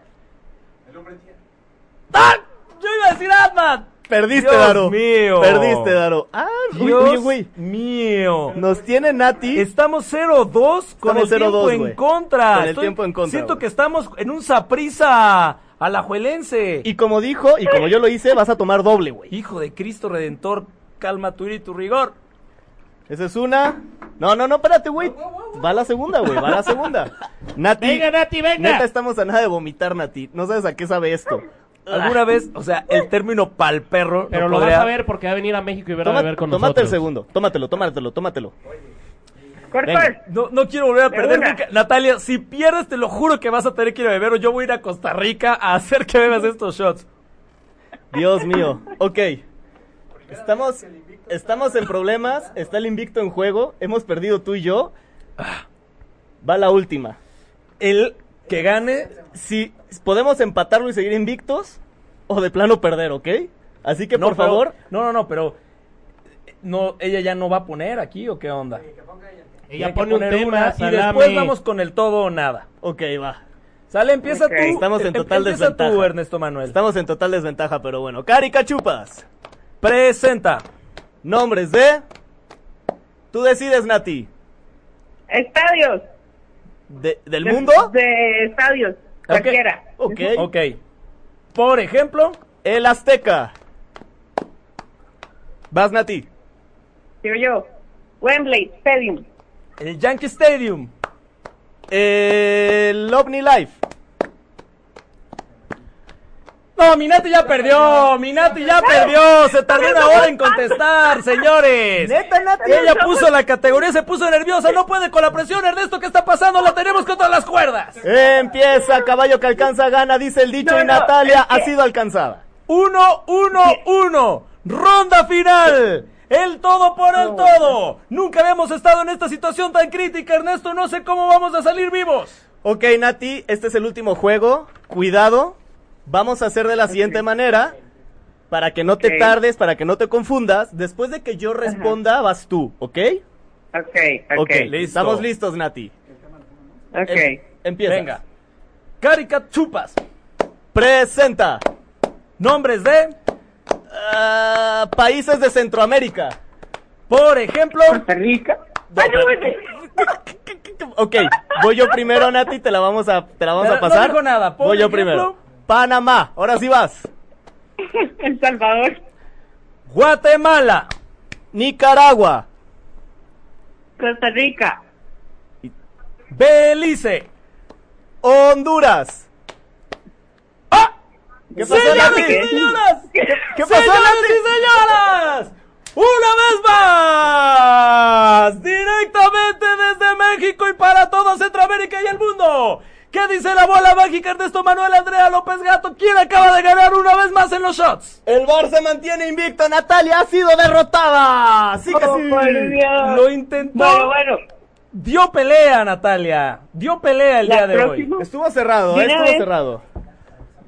[SPEAKER 3] ¡Ah! Yo iba a decir Atman.
[SPEAKER 4] Perdiste,
[SPEAKER 3] Dios
[SPEAKER 4] Daro.
[SPEAKER 3] mío.
[SPEAKER 4] Perdiste, Daro. Ah, uy,
[SPEAKER 3] Dios
[SPEAKER 4] uy, uy.
[SPEAKER 3] mío.
[SPEAKER 4] Nos tiene Nati.
[SPEAKER 3] Estamos 0-2 con
[SPEAKER 4] Estamos
[SPEAKER 3] el tiempo
[SPEAKER 4] 0-2,
[SPEAKER 3] en
[SPEAKER 4] güey.
[SPEAKER 3] contra.
[SPEAKER 4] Con el tiempo en contra,
[SPEAKER 3] Siento
[SPEAKER 4] güey.
[SPEAKER 3] que estamos en un saprisa alajuelense.
[SPEAKER 4] Y como dijo, y como yo lo hice, vas a tomar doble, güey.
[SPEAKER 3] Hijo de Cristo Redentor, calma tu ira y tu rigor.
[SPEAKER 4] Esa es una. No, no, no, espérate, güey. Va la segunda, güey. Va la segunda. Nati.
[SPEAKER 5] Venga, Nati, venga.
[SPEAKER 4] Neta, estamos a nada de vomitar, Nati. No sabes a qué sabe esto.
[SPEAKER 3] Alguna vez, o sea, el término pal perro.
[SPEAKER 5] Pero
[SPEAKER 3] no
[SPEAKER 5] lo
[SPEAKER 3] podría-
[SPEAKER 5] vas a ver porque va a venir a México y va a
[SPEAKER 4] Toma-
[SPEAKER 5] beber con
[SPEAKER 4] tómate el
[SPEAKER 5] nosotros.
[SPEAKER 4] segundo. Tómatelo, tómatelo, tómatelo.
[SPEAKER 7] Cortés,
[SPEAKER 3] No, no quiero volver a
[SPEAKER 7] De
[SPEAKER 3] perder
[SPEAKER 7] una.
[SPEAKER 3] nunca. Natalia, si pierdes, te lo juro que vas a tener que ir a beber o yo voy a ir a Costa Rica a hacer que bebas estos shots.
[SPEAKER 4] Dios mío. Ok. Estamos, estamos en problemas. Está el invicto en juego. Hemos perdido tú y yo. Va la última.
[SPEAKER 3] El que gane,
[SPEAKER 4] Si podemos empatarlo y seguir invictos, o de plano perder, ¿ok? Así que, por
[SPEAKER 3] pero-
[SPEAKER 4] favor,
[SPEAKER 3] No, no, no, pero. eh, No, ella ya no va a poner aquí o qué onda. Tiene
[SPEAKER 5] Ella
[SPEAKER 3] que
[SPEAKER 5] pone un
[SPEAKER 3] poner
[SPEAKER 5] tema,
[SPEAKER 3] una, y
[SPEAKER 5] salame.
[SPEAKER 3] después vamos con el todo o nada.
[SPEAKER 4] ok, va.
[SPEAKER 3] Sale, empieza
[SPEAKER 7] Ok.
[SPEAKER 3] tú.
[SPEAKER 4] Estamos en
[SPEAKER 3] em-
[SPEAKER 4] total
[SPEAKER 3] empieza
[SPEAKER 4] desventaja.
[SPEAKER 3] tú, Ernesto Manuel.
[SPEAKER 4] Estamos en total desventaja, pero bueno. Caricachupas.
[SPEAKER 3] Presenta.
[SPEAKER 4] Nombres de. Tú decides, Nati.
[SPEAKER 7] estadios.
[SPEAKER 4] De- ¿Del
[SPEAKER 7] De-
[SPEAKER 4] mundo?
[SPEAKER 7] De estadios, cualquiera.
[SPEAKER 4] Ok.
[SPEAKER 3] Ok. Por ejemplo,
[SPEAKER 4] El Azteca. Vas, Nati.
[SPEAKER 7] Digo yo, Wembley, Stadium,
[SPEAKER 3] el Yankee Stadium.
[SPEAKER 4] El OVNI Life.
[SPEAKER 3] No, Minati ya perdió. Minati ya perdió. Se tardó una hora en contestar, señores.
[SPEAKER 4] Neta, Nati.
[SPEAKER 3] Ella
[SPEAKER 7] pues
[SPEAKER 3] puso la categoría, se puso nerviosa. No puede con la presión, Ernesto. ¿Qué está pasando? La tenemos contra las cuerdas.
[SPEAKER 4] Empieza, caballo que alcanza, gana, dice el dicho,
[SPEAKER 7] No,
[SPEAKER 4] y
[SPEAKER 7] no,
[SPEAKER 4] Natalia
[SPEAKER 7] es que-
[SPEAKER 4] ha sido alcanzada.
[SPEAKER 3] 1, 1, 1. Ronda final. El todo por el todo. Nunca habíamos estado en esta situación tan crítica, Ernesto. No sé cómo vamos a salir vivos.
[SPEAKER 4] Ok, Nati, este es el último juego. Cuidado. Vamos a hacer de la siguiente manera. Para que no te
[SPEAKER 7] Ok.
[SPEAKER 4] tardes, para que no te confundas. Después de que yo responda, vas tú, ¿ok?
[SPEAKER 7] Ok,
[SPEAKER 4] Ok,
[SPEAKER 7] ok,
[SPEAKER 3] listo.
[SPEAKER 4] Estamos listos, Nati.
[SPEAKER 7] ok.
[SPEAKER 4] Em- empieza.
[SPEAKER 3] Venga. Carica chupas.
[SPEAKER 4] Presenta.
[SPEAKER 3] Nombres de,
[SPEAKER 4] ah, países de Centroamérica.
[SPEAKER 3] por ejemplo,
[SPEAKER 7] Costa Rica.
[SPEAKER 4] No,
[SPEAKER 7] Ay, no,
[SPEAKER 4] pero-
[SPEAKER 7] vete.
[SPEAKER 4] Ok, voy yo primero, Nati, te la vamos a, te la vamos
[SPEAKER 3] Pero no
[SPEAKER 4] a pasar.
[SPEAKER 3] dijo nada, por
[SPEAKER 4] Voy yo
[SPEAKER 3] ejemplo-
[SPEAKER 4] primero. Panamá, ahora sí vas.
[SPEAKER 7] El Salvador,
[SPEAKER 3] Guatemala,
[SPEAKER 4] Nicaragua,
[SPEAKER 7] Costa
[SPEAKER 4] *laughs*
[SPEAKER 7] Rica,
[SPEAKER 3] Belice.
[SPEAKER 4] Honduras. ¿Qué pasó,
[SPEAKER 3] ¡Ah! ¡Señoras
[SPEAKER 4] Nati?
[SPEAKER 3] y señoras!
[SPEAKER 4] ¿Qué pasó,
[SPEAKER 3] ¡Señoras
[SPEAKER 4] Nati?
[SPEAKER 3] y señoras! ¡Una vez más! Directamente desde México y para toda Centroamérica y el mundo. ¿Qué dice la bola mágica Ernesto Manuel Andrea López Gato? ¿Quién acaba de ganar una vez más en los shots?
[SPEAKER 4] El Bar se mantiene invicto, Natalia ha sido derrotada. Sí que
[SPEAKER 7] Oh,
[SPEAKER 4] sí.
[SPEAKER 7] por Dios.
[SPEAKER 3] Lo intentó.
[SPEAKER 7] Bueno, bueno,
[SPEAKER 3] Dio pelea, Natalia. Dio pelea el
[SPEAKER 7] La
[SPEAKER 3] día de hoy.
[SPEAKER 7] próxima.
[SPEAKER 4] Estuvo cerrado,
[SPEAKER 7] De
[SPEAKER 4] eh,
[SPEAKER 7] una
[SPEAKER 4] estuvo
[SPEAKER 7] vez.
[SPEAKER 4] cerrado.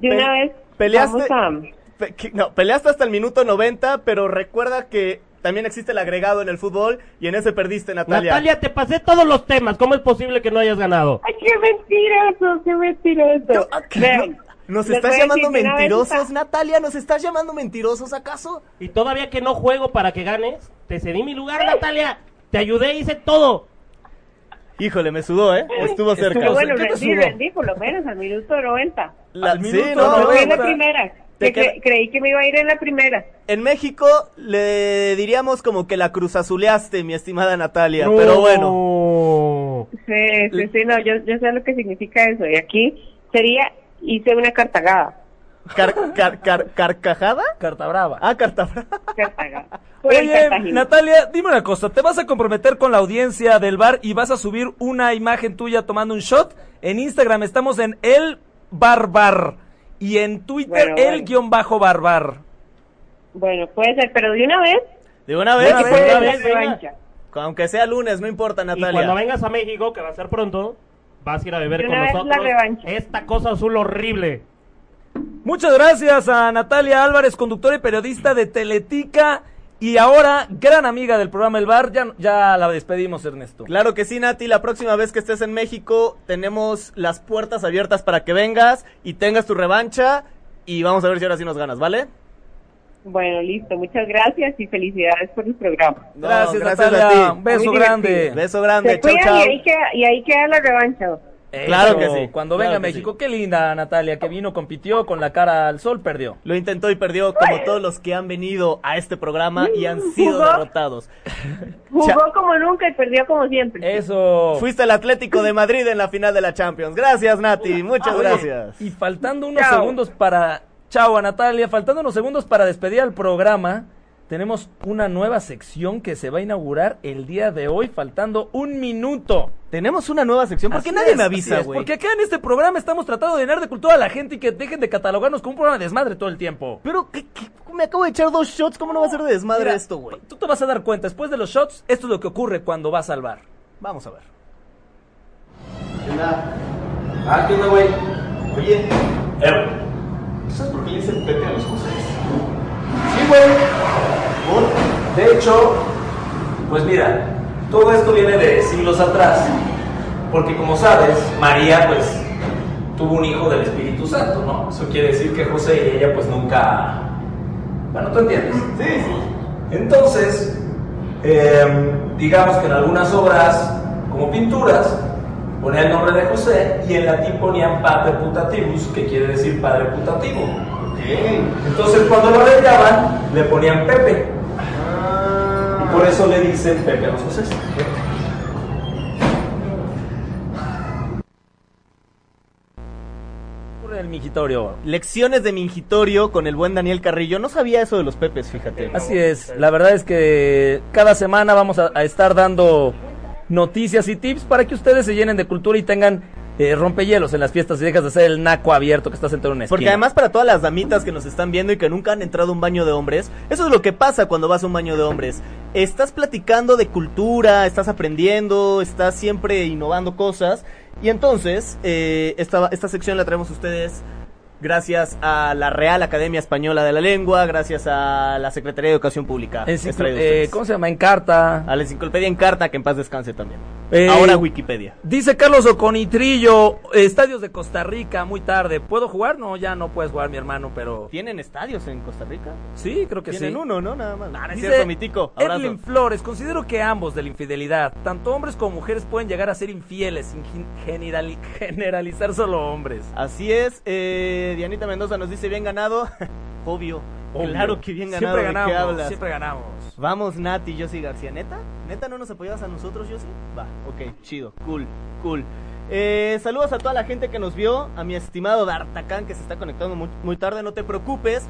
[SPEAKER 7] de
[SPEAKER 4] Pe-
[SPEAKER 7] una vez
[SPEAKER 4] peleaste-
[SPEAKER 7] vamos a...
[SPEAKER 4] Pe- que- No, peleaste hasta el minuto 90, pero recuerda que también existe el agregado en el fútbol y en ese perdiste, Natalia.
[SPEAKER 5] Natalia, te pasé todos los temas. ¿Cómo es posible que no hayas ganado?
[SPEAKER 7] ¡Ay, qué mentiroso, qué mentiroso!
[SPEAKER 4] Yo- ah,
[SPEAKER 7] Vean,
[SPEAKER 4] no- ¿Nos
[SPEAKER 7] les
[SPEAKER 4] estás
[SPEAKER 7] voy a
[SPEAKER 4] llamando
[SPEAKER 7] decir de una vez ah,
[SPEAKER 4] mentirosos,
[SPEAKER 7] esta-
[SPEAKER 4] Natalia? ¿Nos estás llamando mentirosos acaso?
[SPEAKER 5] Y todavía que no juego para que ganes, te cedí mi lugar, Natalia. Te ayudé, hice todo.
[SPEAKER 4] Híjole, me sudó, ¿eh? Estuvo cerca.
[SPEAKER 7] Pero bueno,
[SPEAKER 3] ¿Qué te
[SPEAKER 7] rendí,
[SPEAKER 3] sudó?
[SPEAKER 7] rendí por lo menos al minuto 90.
[SPEAKER 4] La-
[SPEAKER 3] al
[SPEAKER 4] sí,
[SPEAKER 3] minuto
[SPEAKER 4] no,
[SPEAKER 7] Me
[SPEAKER 4] no,
[SPEAKER 7] voy en la
[SPEAKER 4] no.
[SPEAKER 7] primera.
[SPEAKER 4] Te
[SPEAKER 7] Me cre-
[SPEAKER 4] queda-
[SPEAKER 7] creí que me iba a ir en la primera.
[SPEAKER 4] En México le diríamos como que la cruzazuleaste, mi estimada Natalia. Pero bueno,
[SPEAKER 5] bueno.
[SPEAKER 7] Sí, sí, sí, no, yo, yo sé lo que significa eso. Y aquí sería, hice una cartagada.
[SPEAKER 4] car- car- car- ¿carcajada?
[SPEAKER 3] Carta brava.
[SPEAKER 4] Ah, carta.
[SPEAKER 5] *laughs*
[SPEAKER 7] Cartagada. Por el
[SPEAKER 3] Oye,
[SPEAKER 7] Cartagena.
[SPEAKER 3] Natalia, dime una cosa, ¿te vas a comprometer con la audiencia del bar y vas a subir una imagen tuya tomando un shot? En Instagram estamos en el barbar y en Twitter
[SPEAKER 7] Bueno,
[SPEAKER 3] el
[SPEAKER 7] bueno.
[SPEAKER 3] guión bajo barbar.
[SPEAKER 7] Bueno, puede ser, pero de una vez.
[SPEAKER 4] De una vez,
[SPEAKER 5] Una
[SPEAKER 7] que
[SPEAKER 5] vez,
[SPEAKER 7] puede
[SPEAKER 5] una
[SPEAKER 7] ser
[SPEAKER 5] vez,
[SPEAKER 7] la
[SPEAKER 5] venga.
[SPEAKER 7] revancha.
[SPEAKER 4] aunque sea lunes, no importa,
[SPEAKER 5] Y cuando
[SPEAKER 4] Natalia.
[SPEAKER 5] vengas a México, que va a ser pronto, vas a ir a beber
[SPEAKER 7] De
[SPEAKER 5] con
[SPEAKER 7] una vez la
[SPEAKER 5] nosotros
[SPEAKER 7] revancha.
[SPEAKER 5] esta cosa azul horrible.
[SPEAKER 3] Muchas gracias a Natalia Álvarez, conductora y periodista de Teletica y ahora gran amiga del programa El Bar. Ya, ya la despedimos, Ernesto.
[SPEAKER 4] Claro que sí, Nati. La próxima vez que estés en México, tenemos las puertas abiertas para que vengas y tengas tu revancha. Y vamos a ver si ahora sí nos ganas, ¿vale?
[SPEAKER 7] Bueno, listo. Muchas gracias y felicidades por el programa.
[SPEAKER 4] No,
[SPEAKER 3] gracias, Natalia. Un beso
[SPEAKER 7] Muy
[SPEAKER 3] grande.
[SPEAKER 7] divertido.
[SPEAKER 4] Beso
[SPEAKER 7] Se
[SPEAKER 4] grande, chau,
[SPEAKER 7] cuidan
[SPEAKER 4] chau.
[SPEAKER 7] y ahí, queda, y ahí queda la revancha.
[SPEAKER 3] Eso,
[SPEAKER 4] Claro que sí,
[SPEAKER 3] Cuando
[SPEAKER 4] claro
[SPEAKER 3] venga a
[SPEAKER 4] que
[SPEAKER 3] México,
[SPEAKER 4] sí.
[SPEAKER 3] qué linda Natalia, que vino, compitió con la cara al sol, perdió.
[SPEAKER 4] Lo intentó y perdió como todos los que han venido a este programa y han sido
[SPEAKER 7] ¿Jugó?
[SPEAKER 4] derrotados.
[SPEAKER 7] Jugó
[SPEAKER 4] Chao.
[SPEAKER 7] como nunca y perdió como siempre.
[SPEAKER 3] Eso.
[SPEAKER 4] Fuiste el Atlético de Madrid en la final de la Champions. Gracias, Nati. Muchas
[SPEAKER 3] Oye,
[SPEAKER 4] gracias.
[SPEAKER 3] Y faltando unos
[SPEAKER 7] Chao.
[SPEAKER 3] segundos para. Chao a Natalia. Faltando unos segundos para despedir al programa. Tenemos una nueva sección que se va a inaugurar el día de hoy, faltando un minuto.
[SPEAKER 4] Tenemos una nueva sección porque
[SPEAKER 3] Así
[SPEAKER 4] nadie
[SPEAKER 3] es,
[SPEAKER 4] me
[SPEAKER 3] así
[SPEAKER 4] avisa,
[SPEAKER 3] es,
[SPEAKER 4] güey.
[SPEAKER 3] Porque acá en este programa estamos tratando de llenar de cultura a la gente y que dejen de catalogarnos como un programa de desmadre todo el tiempo.
[SPEAKER 4] Pero ¿qué- qué? me acabo de echar dos shots. ¿Cómo no va a ser de desmadre
[SPEAKER 3] Mira,
[SPEAKER 4] esto, güey?
[SPEAKER 3] Tú te vas a dar cuenta, después de los shots, esto es lo que ocurre cuando vas al bar.
[SPEAKER 4] Vamos a ver.
[SPEAKER 8] Ah, ¿qué onda, güey? Oye, ¿sabes por qué le dicen Pepe a los cosas? Sí, güey. De hecho, pues mira, todo esto viene de siglos atrás. Porque como sabes, María, pues, tuvo un hijo del Espíritu Santo, ¿no? Eso quiere decir que José y ella, pues, nunca... Bueno, ¿tú entiendes? Sí, sí. Entonces, em, digamos que en algunas obras, como pinturas, ponía el nombre de José y en latín ponían pater putativus, que quiere decir padre putativo. Entonces, cuando lo arreglaban, le ponían Pepe. Y por eso le dicen Pepe a los José.
[SPEAKER 3] Ocurre en el migitorio.
[SPEAKER 4] Lecciones de mingitorio con el buen Daniel Carrillo. No sabía eso de los pepes, fíjate.
[SPEAKER 3] Así es, la verdad es que cada semana vamos a, a estar dando noticias y tips para que ustedes se llenen de cultura y tengan eh, rompehielos en las fiestas y dejas de ser el naco abierto que estás en una esquina.
[SPEAKER 4] Porque además para todas las damitas que nos están viendo y que nunca han entrado a un baño de hombres, eso es lo que pasa cuando vas a un baño de hombres. Estás platicando de cultura, estás aprendiendo, estás siempre innovando cosas. Y entonces, eh, esta, esta sección la traemos a ustedes gracias a la Real Academia Española de la Lengua, gracias a la Secretaría de Educación Pública.
[SPEAKER 3] En
[SPEAKER 4] Es
[SPEAKER 3] ciclo-
[SPEAKER 4] traído a
[SPEAKER 3] eh,
[SPEAKER 4] ustedes.
[SPEAKER 3] ¿Cómo se llama? Encarta.
[SPEAKER 4] A la enciclopedia en carta, que en paz descanse también.
[SPEAKER 3] Eh,
[SPEAKER 4] Ahora Wikipedia.
[SPEAKER 3] Dice Carlos Oconitrillo, estadios de Costa Rica, muy tarde. ¿Puedo jugar? No, ya no puedes jugar, mi hermano, pero...
[SPEAKER 4] ¿Tienen estadios en Costa Rica?
[SPEAKER 3] Sí, creo que sí.
[SPEAKER 4] Tienen uno, ¿no? Nada más. Ah, no es
[SPEAKER 3] Dice
[SPEAKER 4] cierto, mi tico. Abrazo.
[SPEAKER 3] Edlin Flores, considero que ambos de la infidelidad, tanto hombres como mujeres, pueden llegar a ser infieles sin gen- generali- *laughs* generalizar solo hombres.
[SPEAKER 4] Así es, eh, Dianita Mendoza nos dice bien ganado. *laughs* Obvio, claro que bien ganado.
[SPEAKER 3] Siempre
[SPEAKER 4] ¿de qué
[SPEAKER 3] ganamos,
[SPEAKER 4] hablas?
[SPEAKER 3] siempre ganamos.
[SPEAKER 4] Vamos, Nati, Yossi García. ¿Neta? ¿Neta no nos apoyabas a nosotros, Yossi? Va, ok, chido, cool, cool. Eh, saludos a toda la gente que nos vio, a mi estimado D'Artacán que se está conectando muy, muy tarde, no te preocupes.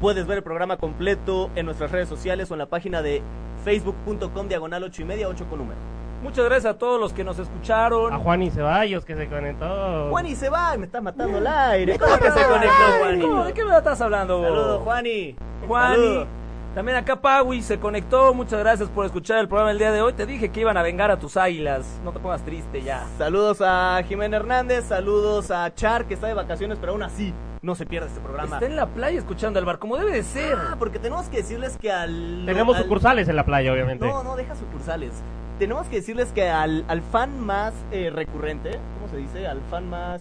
[SPEAKER 4] Puedes ver el programa completo en nuestras redes sociales o en la página de facebook.com diagonal 8 y media 8 con número.
[SPEAKER 3] Muchas gracias a todos los que nos escucharon.
[SPEAKER 5] A Juan y Ceballos que se conectó.
[SPEAKER 4] Juani se va, me estás matando
[SPEAKER 3] *laughs*
[SPEAKER 4] el aire. ¿Cómo que se conectó,
[SPEAKER 3] Oh. Ay, ¿cómo?
[SPEAKER 4] Juani?
[SPEAKER 3] ¿De qué me estás hablando?
[SPEAKER 4] Saludos, Juani.
[SPEAKER 3] Juani.
[SPEAKER 4] Saludos.
[SPEAKER 3] También acá Pagui se conectó. Muchas gracias por escuchar el programa el día de hoy. Te dije que iban a vengar a tus águilas. No te pongas triste ya.
[SPEAKER 4] Saludos a Jimena Hernández, saludos a Char que está de vacaciones, pero aún así no se pierde este programa.
[SPEAKER 3] Está en la playa escuchando al bar, como debe de ser.
[SPEAKER 4] Ah, porque tenemos que decirles que al
[SPEAKER 5] Tenemos
[SPEAKER 4] al-
[SPEAKER 5] sucursales en la playa, obviamente.
[SPEAKER 4] No, no deja sucursales. Tenemos que decirles que al, al fan más eh, recurrente, ¿cómo se dice? Al fan más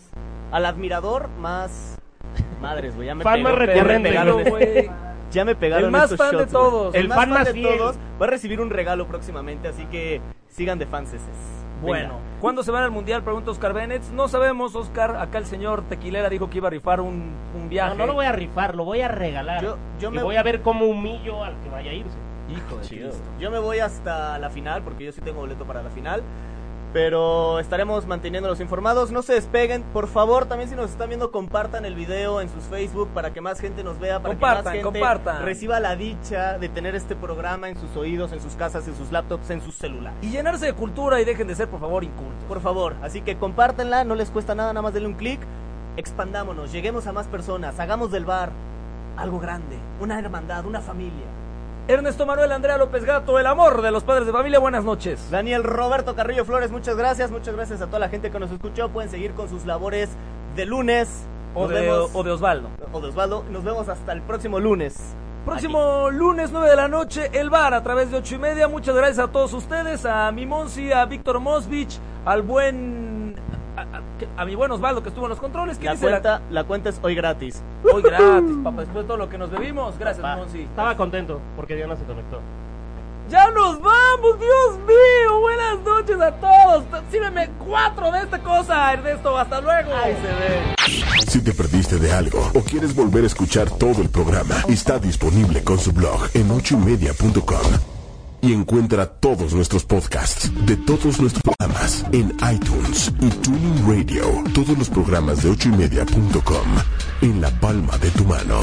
[SPEAKER 4] al admirador más madres, güey, ya me
[SPEAKER 5] Fan más
[SPEAKER 4] pegó.
[SPEAKER 3] Pero,
[SPEAKER 5] recurrente,
[SPEAKER 4] Ya me pegaron, este,
[SPEAKER 3] güey.
[SPEAKER 4] ya me pegaron
[SPEAKER 3] El más
[SPEAKER 4] estos
[SPEAKER 3] fan de
[SPEAKER 4] shots, güey.
[SPEAKER 3] todos.
[SPEAKER 4] El,
[SPEAKER 5] El
[SPEAKER 4] más
[SPEAKER 5] fan
[SPEAKER 4] fan,
[SPEAKER 5] más
[SPEAKER 4] de
[SPEAKER 5] fiel.
[SPEAKER 4] todos va a recibir un regalo próximamente, así que sigan de fans
[SPEAKER 3] *laughs* Bueno, ¿cuándo se van al mundial? Pregunta Oscar Bennett. No sabemos, Oscar. Acá el señor Tequilera dijo que iba a rifar un, un
[SPEAKER 5] No,
[SPEAKER 3] viaje.
[SPEAKER 5] no lo voy a rifar, lo voy a regalar.
[SPEAKER 4] Yo- yo
[SPEAKER 5] y
[SPEAKER 4] me-
[SPEAKER 5] voy a ver cómo humillo al que vaya a irse.
[SPEAKER 3] Hijo de Cristo.
[SPEAKER 4] Yo me voy hasta la final porque yo sí tengo boleto para la final. Pero estaremos manteniéndolos informados. No se despeguen. Por favor, también si nos están viendo, compartan el video en sus Facebook para que más gente nos vea. Para que
[SPEAKER 3] Compartan,
[SPEAKER 4] más gente
[SPEAKER 3] compartan.
[SPEAKER 4] reciba la dicha de tener este programa en sus oídos, en sus casas, en sus laptops, en sus celulares.
[SPEAKER 3] Y llenarse de cultura y dejen de ser, por favor, incultos.
[SPEAKER 4] Por favor, así que compártanla. No les cuesta nada, nada más denle un clic. Expandámonos, lleguemos a más personas. Hagamos del bar algo grande, una hermandad, una familia.
[SPEAKER 3] Ernesto Manuel Andrea López Gato, el amor de los padres de familia. Buenas noches.
[SPEAKER 4] Daniel Roberto Carrillo Flores, muchas gracias, muchas gracias a toda la gente que nos escuchó. Pueden seguir con sus labores de lunes.
[SPEAKER 3] O
[SPEAKER 4] Nos
[SPEAKER 3] de,
[SPEAKER 4] vemos-
[SPEAKER 3] o de Osvaldo.
[SPEAKER 4] o de Osvaldo. Nos vemos hasta el próximo lunes.
[SPEAKER 3] Próximo lunes, 9 de la noche, el bar a través de 8 y media. Muchas gracias a todos ustedes, a Mimonsi, a Víctor Mosvich, al buen. a- a- ¿qué? a mi buen Osvaldo que estuvo en los controles. ¿Qué
[SPEAKER 4] La
[SPEAKER 3] dice
[SPEAKER 4] cuenta, la cuenta es hoy gratis.
[SPEAKER 3] Hoy gratis, papá. Después de todo lo que nos bebimos. Gracias,
[SPEAKER 4] Papá.
[SPEAKER 3] Monsi.
[SPEAKER 5] Estaba contento porque Diana se conectó.
[SPEAKER 3] ¡Ya nos vamos! ¡Dios mío! ¡Buenas noches a todos! Sírveme cuatro de esta cosa, Ernesto. ¡Hasta luego!
[SPEAKER 1] Si te perdiste de algo o quieres volver a escuchar todo el programa, está disponible con su blog en ochoymedia.com. Y encuentra todos nuestros podcasts de todos nuestros programas en iTunes y Tuning Radio. Todos los programas de ochoymedia.com en la palma de tu mano.